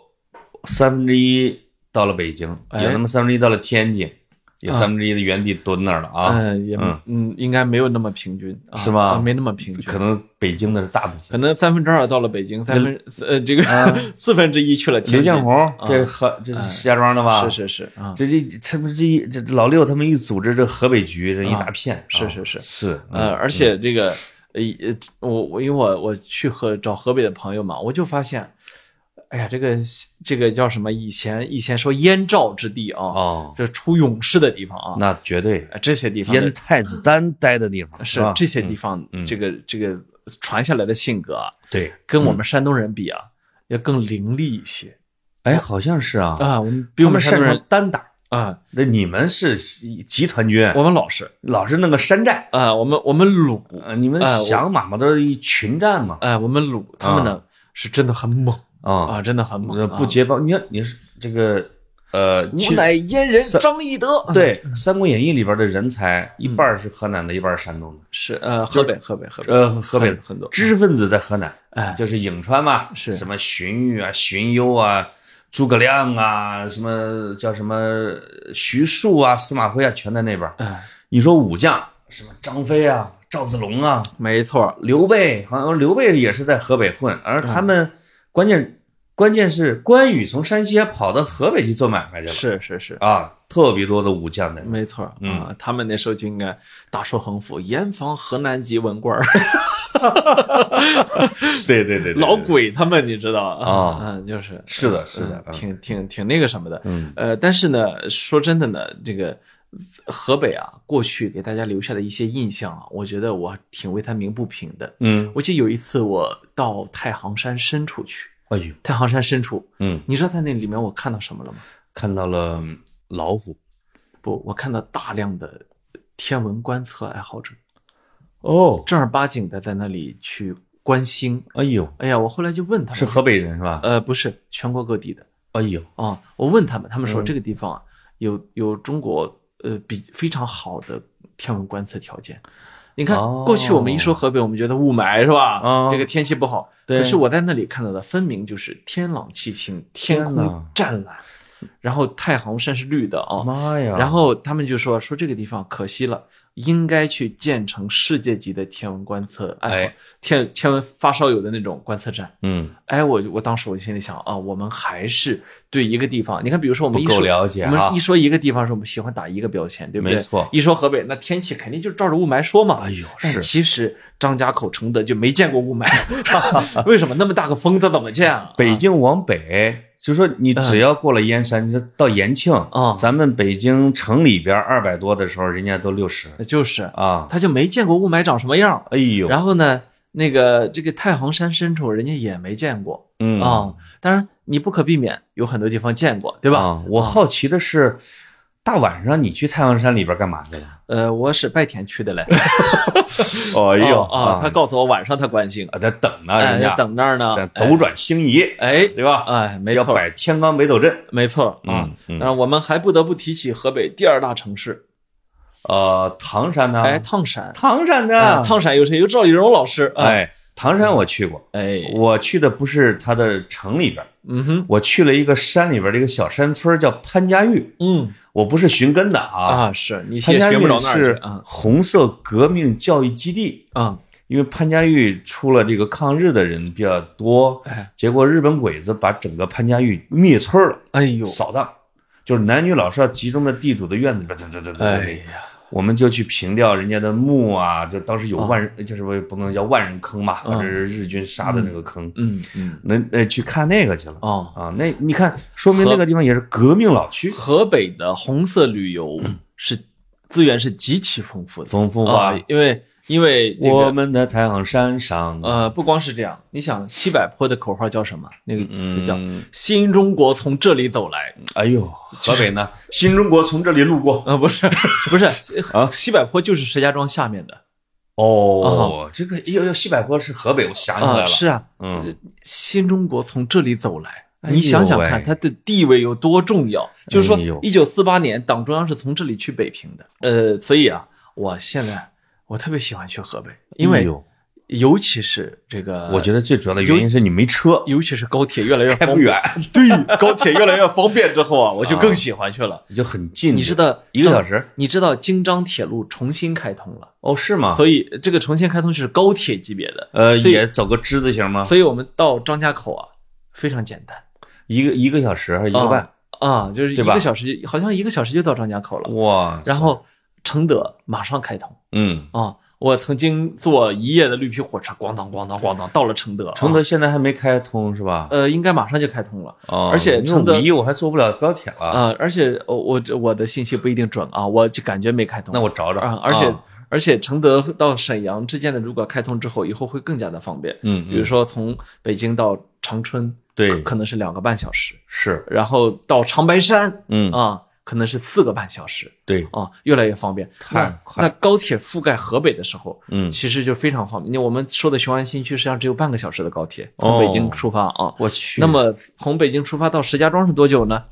B: 三分之一到了北京，
A: 哎
B: 有那么三分之一到了天津，有
A: 啊
B: 三分之一的原地蹲那儿了啊。
A: 嗯，也
B: 嗯
A: 嗯，应该没有那么平均，啊
B: 是吗
A: 啊没那么平均，
B: 可能北京的是大部分。
A: 可能三分之二到了北京，三分呃这个
B: 啊
A: 四分之一去了天
B: 刘
A: 津。
B: 建宏，
A: 啊
B: 这河这是石家庄的吧？
A: 是。是是啊，
B: 这这他们这一这老六他们一组织，这河北局这一大片，啊
A: 是是是
B: 是，
A: 呃，
B: 嗯
A: 而且这个呃呃，我我因为我我去和找河北的朋友嘛，我就发现，哎呀，这个这个叫什么？以前以前说燕赵之地啊，
B: 哦，
A: 这出勇士的地方啊，
B: 那绝对
A: 呃这些地方的
B: 燕太子丹待的地方
A: 是
B: 吧？
A: 这些地方
B: 嗯，
A: 这个这个传下来的性格啊，
B: 对，
A: 跟我们山东人比啊，要更凌厉一些
B: 哎，好像是啊，
A: 啊。我们比我们
B: 他们
A: 山
B: 擅
A: 东
B: 长
A: 人
B: 单打，
A: 啊，
B: 那你们是集团军，
A: 我们老实
B: 老是弄个山寨，
A: 啊，我们我们鲁
B: 呃，你们
A: 哎我
B: 响马嘛都是一群战嘛，
A: 啊，我们鲁他们呢是真的很猛
B: 啊，
A: 啊，真的很猛
B: 呃，
A: 啊
B: 不结帮，你看你是这个呃，其
A: 吾
B: 实
A: 乃燕人
B: 三
A: 张翼德。，啊
B: 对《三国演义》里边的人才，一
A: 嗯
B: 半儿是河南的，一半儿是山东的，
A: 是呃，河北，河北，河北，
B: 呃，河北的
A: 很很多
B: 知识分子在河南，
A: 哎，
B: 就是颍川嘛，
A: 是
B: 什么荀彧啊、荀攸啊、诸葛亮啊，什么叫什么徐庶啊、司马徽啊，全在那边儿。
A: 哎，
B: 你说武将，什么张飞啊、赵子龙啊、
A: 没错，
B: 刘备，好像刘备也是在河北混，而
A: 嗯
B: 他们关键关键是关羽从山西还跑到河北去做买卖去了，
A: 是是是，
B: 啊，嗯特别多的武将在那。
A: 没错啊，他们那时候就应该大受横幅，严防河南籍文官儿，
B: 对对对对对
A: 老鬼他们，你知道啊
B: 啊，
A: 嗯，就是
B: 是的是的
A: 嗯
B: 嗯
A: 挺挺挺那个什么的，
B: 嗯
A: 呃，但是呢，说真的呢，这个河北啊，过去给大家留下的一些印象啊，我觉得我挺为他鸣不平的。
B: 嗯，
A: 我记得有一次我到太行山深处去，
B: 哎呦，
A: 太行山深处，
B: 嗯，
A: 你知道在那里面我看到什么了吗？
B: 看到了老虎
A: 不，我看到大量的天文观测爱好者，
B: 哦，
A: 正儿八经的在那里去观星。
B: 哎呦，
A: 哎呀，我后来就问他们，
B: 是河北人是吧？
A: 呃，不是全国各地的
B: 哎呦，
A: 啊。我问他们，他们说
B: 嗯
A: 这个地方啊，有有中国呃比非常好的天文观测条件。你看，
B: 哦
A: 过去我们一说河北，我们觉得雾霾是吧？
B: 啊
A: 这个天气不好。
B: 对
A: 可是我在那里看到的，分明就是天朗气清，天
B: 天哪
A: 空湛蓝，然后太行山是绿的啊，
B: 妈呀！
A: 然后他们就说说这个地方可惜了，应该去建成世界级的天文观测，
B: 哎，
A: 天天文发烧友的那种观测站。
B: 嗯，
A: 哎，我我当时我心里想啊，我们还是对一个地方，你看，比如说我们一
B: 不够
A: 说
B: 了解
A: 我
B: 啊
A: 们一说一个地方的时候，我们喜欢打一个标签，对不对？
B: 没错
A: 一说河北，那天气肯定就照着雾霾说嘛。
B: 哎呦
A: 但
B: 是
A: 其实张家口、承德就没见过雾 霾， 为什么那么大个风，它怎么见啊？
B: 北京往北，就说你只要过了燕山，你就到延庆
A: 啊
B: 咱们北京城里边二百多的时候，人家都六十
A: 啊就是，
B: 啊。
A: 他就没见过雾霾长什么样。
B: 哎呦，
A: 然后呢，那个这个太行山深处，人家也没见过
B: 嗯
A: 啊、当然，你不可避免有很多地方见过，对吧？
B: 啊我好奇的是，大晚上你去太行山里边干嘛去了？
A: 呃，我是拜天去的嘞。
B: 哎
A: 哦啊，他告诉我晚上他关心，
B: 他在等呢，
A: 哎
B: 啊人，家
A: 等那儿呢
B: 在，斗转星移，
A: 哎，
B: 对吧？
A: 哎，没
B: 要
A: 错，
B: 摆天罡北斗阵。
A: 没错啊
B: 嗯。嗯
A: 当然，我们还不得不提起河北第二大城市，
B: 呃，唐山呢？
A: 哎，汤山，
B: 唐山
A: 哎
B: 呢？
A: 汤山有谁？有赵丽蓉老师，啊，
B: 哎，唐山我去过，
A: 哎，
B: 我去的不是它的城里边，
A: 嗯哼，
B: 我去了一个山里边的一个小山村，叫潘家峪。
A: 嗯
B: 我不是寻根的啊，
A: 啊，是你也
B: 潘家
A: 学不
B: 峪
A: 了那儿去
B: 是
A: 啊
B: 红色革命教育基地，
A: 啊，
B: 因为潘家峪出了这个抗日的人比较多
A: 哎，
B: 结果日本鬼子把整个潘家峪灭村了，
A: 哎呦，
B: 扫荡，就是男女老少集中在地主的院子里边，对对对对，
A: 哎
B: 对
A: 呀，
B: 我们就去平掉人家的墓啊，就当时有万人，就是不不能叫万人坑吧，
A: 嗯
B: 反正是日军杀的那个坑，
A: 嗯嗯，
B: 那那去看那个去了。
A: 哦，
B: 啊，那你看，说明那个地方也是革命老区，
A: 河北的红色旅游是资源是极其丰富的，
B: 丰富
A: 啊
B: 化。，
A: 因为因为这
B: 我
A: 个
B: 们的太行山上，
A: 呃，不光是这样，你想西柏坡的口号叫什么？那个词叫
B: 嗯
A: “新中国从这里走来
B: 哎呦，河北呢，新中国从这里路”，过。
A: 呃，不是 不是啊，西柏坡就是石家庄下面的
B: 哦，这个呦呦，西柏坡是河北，我想起来
A: 啊，
B: 了。
A: 是啊，
B: 嗯，
A: 新中国从这里走来。
B: 哎呦
A: 你想想
B: 喂
A: 看，它的地位有多重要？就是说
B: 哎呦，
A: 一九四八年，党中央是从这里去北平的。呃，所以啊，我现在我特别喜欢去河北，因
B: 哎
A: 为
B: 呦
A: 尤其是这个，
B: 我觉得最主要的原因是你没车，
A: 尤其是高铁越来越
B: 开
A: 方
B: 不
A: 便，
B: 远，
A: 对，高铁越来越方便之后啊，我就更喜欢去了。
B: 就很近。
A: 你知道
B: 一个小时？
A: 你知道京张铁路重新开通了，
B: 哦，是吗？
A: 所以这个重新开通是高铁级别的，
B: 呃，
A: 所以
B: 也走个之字形吗？
A: 所以我们到张家口啊非常简单，
B: 一个一个小时还是一个半？
A: 啊，就是一
B: 对吧
A: 个小时，好像一个小时就到张家口了。
B: 哇塞！
A: 然后承德马上开通
B: 嗯，
A: 啊！我曾经坐一夜的绿皮火车，咣当咣当咣当到了承德啊。
B: 承德现在还没开通是吧？
A: 呃，应该马上就开通了。
B: 哦，
A: 而且
B: 因
A: 承德
B: 为五一我还坐不了高铁了，
A: 啊，而且呃我这我的信息不一定准啊，我就感觉没开通。
B: 那我找找
A: 啊，而且、而且承德到沈阳之间的如果开通之后，以后会更加的方便。
B: 嗯，
A: 比如
B: 嗯
A: 说从北京到长春，
B: 对
A: 可能是两个半小时，
B: 是，
A: 然后到长白山
B: 嗯，
A: 啊，可能是四个半小时
B: 对，
A: 啊，越来越方便。
B: 太
A: 那
B: 快
A: 那高铁覆盖河北的时候。
B: 嗯，
A: 其实就非常方便。你我们说的雄安新区实际上只有半个小时的高铁，
B: 哦
A: 从北京出发啊，
B: 我去，
A: 那么从北京出发到石家庄是多久呢？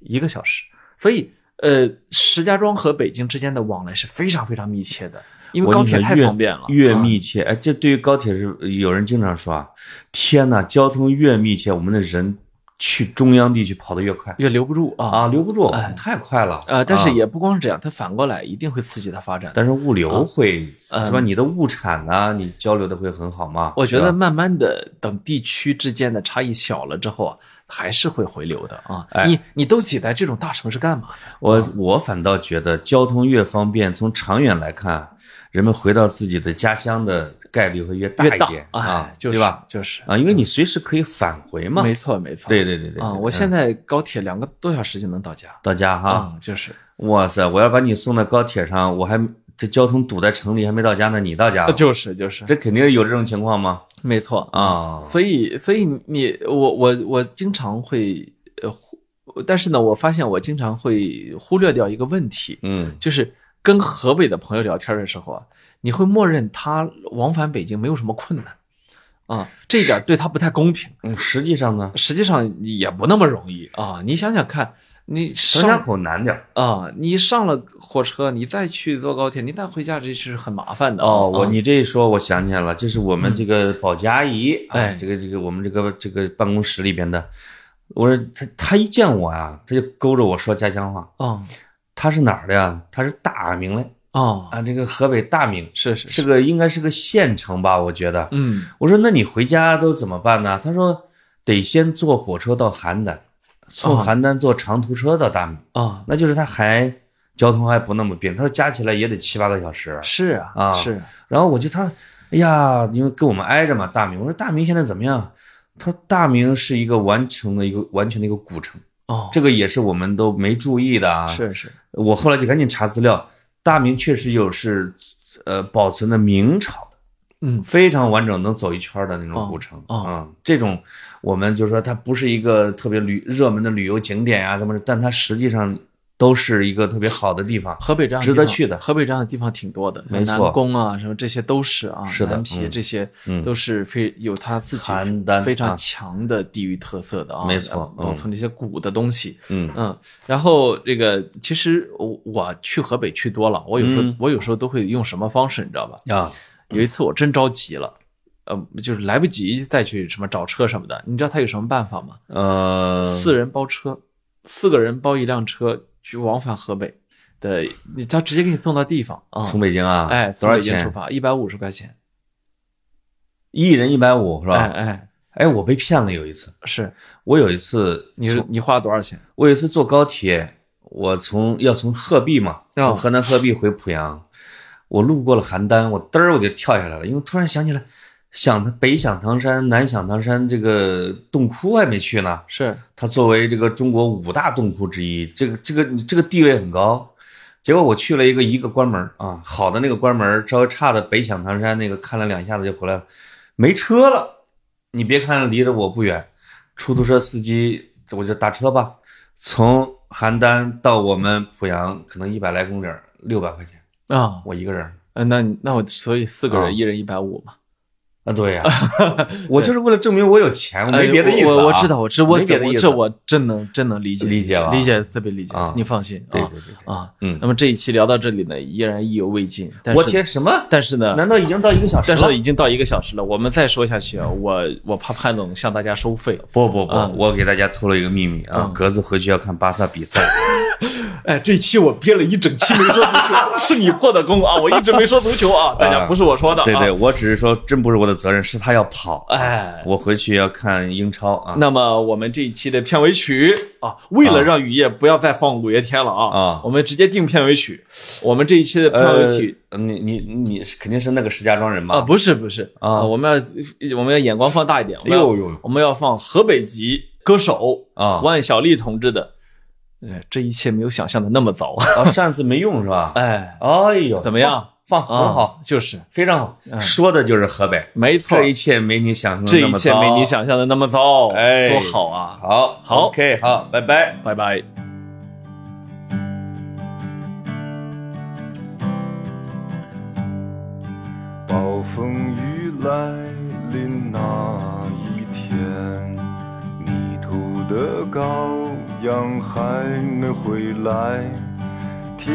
A: 一个小时。所以，呃，石家庄和北京之间的往来是非常非常密切的，因为
B: 我
A: 高
B: 跟你
A: 铁
B: 说
A: 太
B: 越
A: 方便了，
B: 越
A: 啊
B: 密切。哎，这对于高铁是有人经常说啊，天呐，交通越密切，我们的人去中央地区跑得越快
A: 越留不住啊。
B: 啊，留不住
A: 哎，
B: 太快了
A: 呃，但是
B: 啊
A: 也不光是这样，它反过来一定会刺激它发展的。
B: 但是物流会
A: 啊
B: 是吧？你的物产呢，你交流的会很好吗？
A: 我觉
B: 对
A: 得
B: 吧
A: 慢慢的，等地区之间的差异小了之后啊，还是会回流的啊。
B: 哎
A: 你你都挤在这种大城市干嘛？
B: 我我反倒觉得交通越方便，从长远来看，人们回到自己的家乡的概率会越大
A: 越
B: 一
A: 大
B: 点啊
A: 哎，，就是
B: 对吧？？
A: 就是，
B: 啊，因为你随时可以返回嘛。
A: 没错没错。
B: 对对对对
A: 啊，
B: 对
A: 我
B: 嗯
A: 现在高铁两个多小时就能到家
B: 到家哈，
A: 啊，就是。
B: 哇塞！我要把你送到高铁上，我还这交通堵在城里，还没到家呢，你到家
A: 啊，
B: 了，
A: 就是就是，
B: 这肯定有这种情况吗？
A: 没错。
B: 啊，
A: 所以所以你我我我经常会呃，忽但是呢，我发现我经常会忽略掉一个问题，
B: 嗯，
A: 就是跟河北的朋友聊天的时候啊，你会默认他往返北京没有什么困难啊，这一点对他不太公平。
B: 嗯实际上呢，
A: 实际上也不那么容易啊，你想想看，你
B: 张家
A: 上
B: 口难点儿
A: 啊，你上了火车，你再去坐高铁，你再回家，这是很麻烦的啊
B: 哦，我
A: 啊嗯
B: 你这一说，我想起来了，这是我们这个保洁姨，啊
A: 哎
B: 这个这个我们这个这个办公室里边的，我说她她一见我啊，她就勾着我说家乡话，
A: 啊
B: 她是哪儿的呀？她是大名嘞，
A: 啊，
B: 啊，这个河北大名
A: 是是
B: 是，个应该是个县城吧，我觉得。
A: 嗯
B: 我说那你回家都怎么办呢？她说得先坐火车到邯郸，从
A: 哦
B: 邯郸坐长途车到大名，
A: 啊，
B: 那就是她还交通还不那么便。她说加起来也得七八个小时。
A: 是啊，
B: 啊
A: 是啊
B: 然后我就他说，哎呀，因为跟我们挨着嘛，大明。我说大明现在怎么样？他说大明是一个完成的一个完全的一个古城，
A: 哦，
B: 这个也是我们都没注意的啊。，
A: 是是，
B: 我后来就赶紧查资料，大明确实有是，呃，保存的明朝的
A: 嗯
B: 非常完整，能走一圈的那种
A: 哦
B: 古城啊、
A: 哦
B: 嗯这种我们就说它不是一个特别旅热门的旅游景点啊什么的，但它实际上都是一个特别好的地方，
A: 河北这样
B: 值
A: 地方
B: 得去的
A: 河北这样的地方挺多的，
B: 没错
A: 南宫啊，什么这些都是啊，
B: 是的
A: 南皮
B: 嗯
A: 这些
B: 嗯
A: 都是非有它自己
B: 邯郸
A: 非常
B: 啊
A: 强的地域特色的啊，
B: 没错
A: 呃保
B: 嗯
A: 存这些古的东西，
B: 嗯
A: 嗯，然后这个其实我我去河北去多了，我有时候
B: 嗯
A: 我有时候都会用什么方式，你知道吧？
B: 啊，
A: 有一次我真着急了。呃，就是来不及再去什么找车什么的，你知道他有什么办法吗？
B: 呃，
A: 四人包车，四个人包一辆车去往返河北的，你他直接给你送到地方啊。
B: 从北京啊，
A: 哎，
B: 多
A: 从
B: 少
A: 北京出
B: 钱？
A: 发，一百五十块钱。
B: 一人一百五是吧？
A: 哎
B: 哎
A: 哎，
B: 我被骗了有一次，
A: 是
B: 我有一次，
A: 你是你花了多少钱？
B: 我有一次坐高铁，我从要从鹤壁嘛，
A: 啊
B: 从河南鹤壁回濮阳，我路过了邯郸，我嘚儿我就跳下来了，因为突然想起来，想北响堂山、南响堂山这个洞窟我还没去呢。
A: 是
B: 它作为这个中国五大洞窟之一，这个这个这个地位很高。结果我去了一个一个关门儿啊，好的那个关门儿，稍微差的北响堂山那个看了两下子就回来了，没车了。你别看离着我不远，出租车司机我就打车吧，从邯郸到我们濮阳可能一百来公里儿，六百块钱
A: 啊，
B: 我一个人儿。
A: 呃那你那我所以四个
B: 啊
A: 人一人一百五嘛，
B: 啊，对呀、我就是为了证明我有钱，我没别的意思、啊
A: 哎呃我我知道，我知我
B: 没别的
A: 我
B: 意思啊
A: 这我真能真能理解，
B: 理解吧
A: 理解特别理解
B: 啊，
A: 你放心
B: 对
A: 啊
B: 对对对，
A: 啊。
B: 嗯
A: 那，么这一期聊到这里呢，依然意犹未尽。但是
B: 我，天，什么？
A: 但是呢，
B: 难道已经到一个小时
A: 嗯但
B: 了
A: 是？已经到一个小时了，我们再说下去啊，我我怕潘总向大家收费。
B: 不不不，
A: 嗯
B: 我给大家透露一个秘密啊，
A: 嗯
B: 格子回去要看巴萨比赛。
A: 哎，这期我憋了一整期没说足球， 是你破的功啊！我一直没说足球 啊，大家不是我说的、啊。
B: 对对，，我只是说，真不是我的责任，是他要跑。
A: 哎，
B: 我回去要看英超啊。
A: 那么我们这一期的片尾曲啊，为了让雨夜不要再放五月天了啊，
B: 啊
A: 我们直接定片尾曲。我们这一期的片尾曲
B: 呃，你你你是肯定是那个石家庄人
A: 啊，
B: 吧？
A: 不是不是
B: 呃啊
A: 我们要我们要眼光放大一点，我
B: 哎
A: 们要
B: 呦呦
A: 我们要放河北籍歌手
B: 啊
A: 万晓利同志的，呃，这一切没有想象的那么糟，
B: 啊，上次没用 是吧？
A: 哎，
B: 哎呦，
A: 怎么样？
B: 放？放很好，
A: 啊，就是
B: 非常好，说的就是河北。
A: 没错
B: 这，一切没你想象的
A: 这
B: 那
A: 一
B: 么
A: 切
B: 糟
A: 没你。想象的那么糟，
B: 哎
A: 多好啊！
B: 好，
A: 好
B: ，OK，好，拜拜。
A: 拜拜。
C: 暴风雨来临那一天，迷途的羔羊还没回来。铁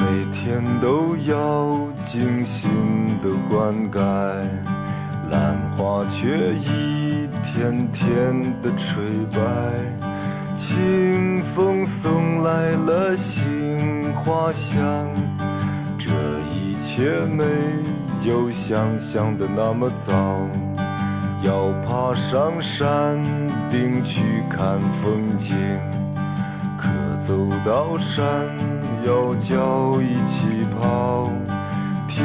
C: 每天都要精心的灌溉，兰花却一天天的垂败。清风送来了杏花香，这一切没有想象的那么糟。要爬上山顶去看风景。可走到山腰脚已起泡，停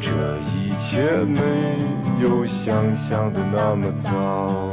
C: 这一切没有想象的那么糟。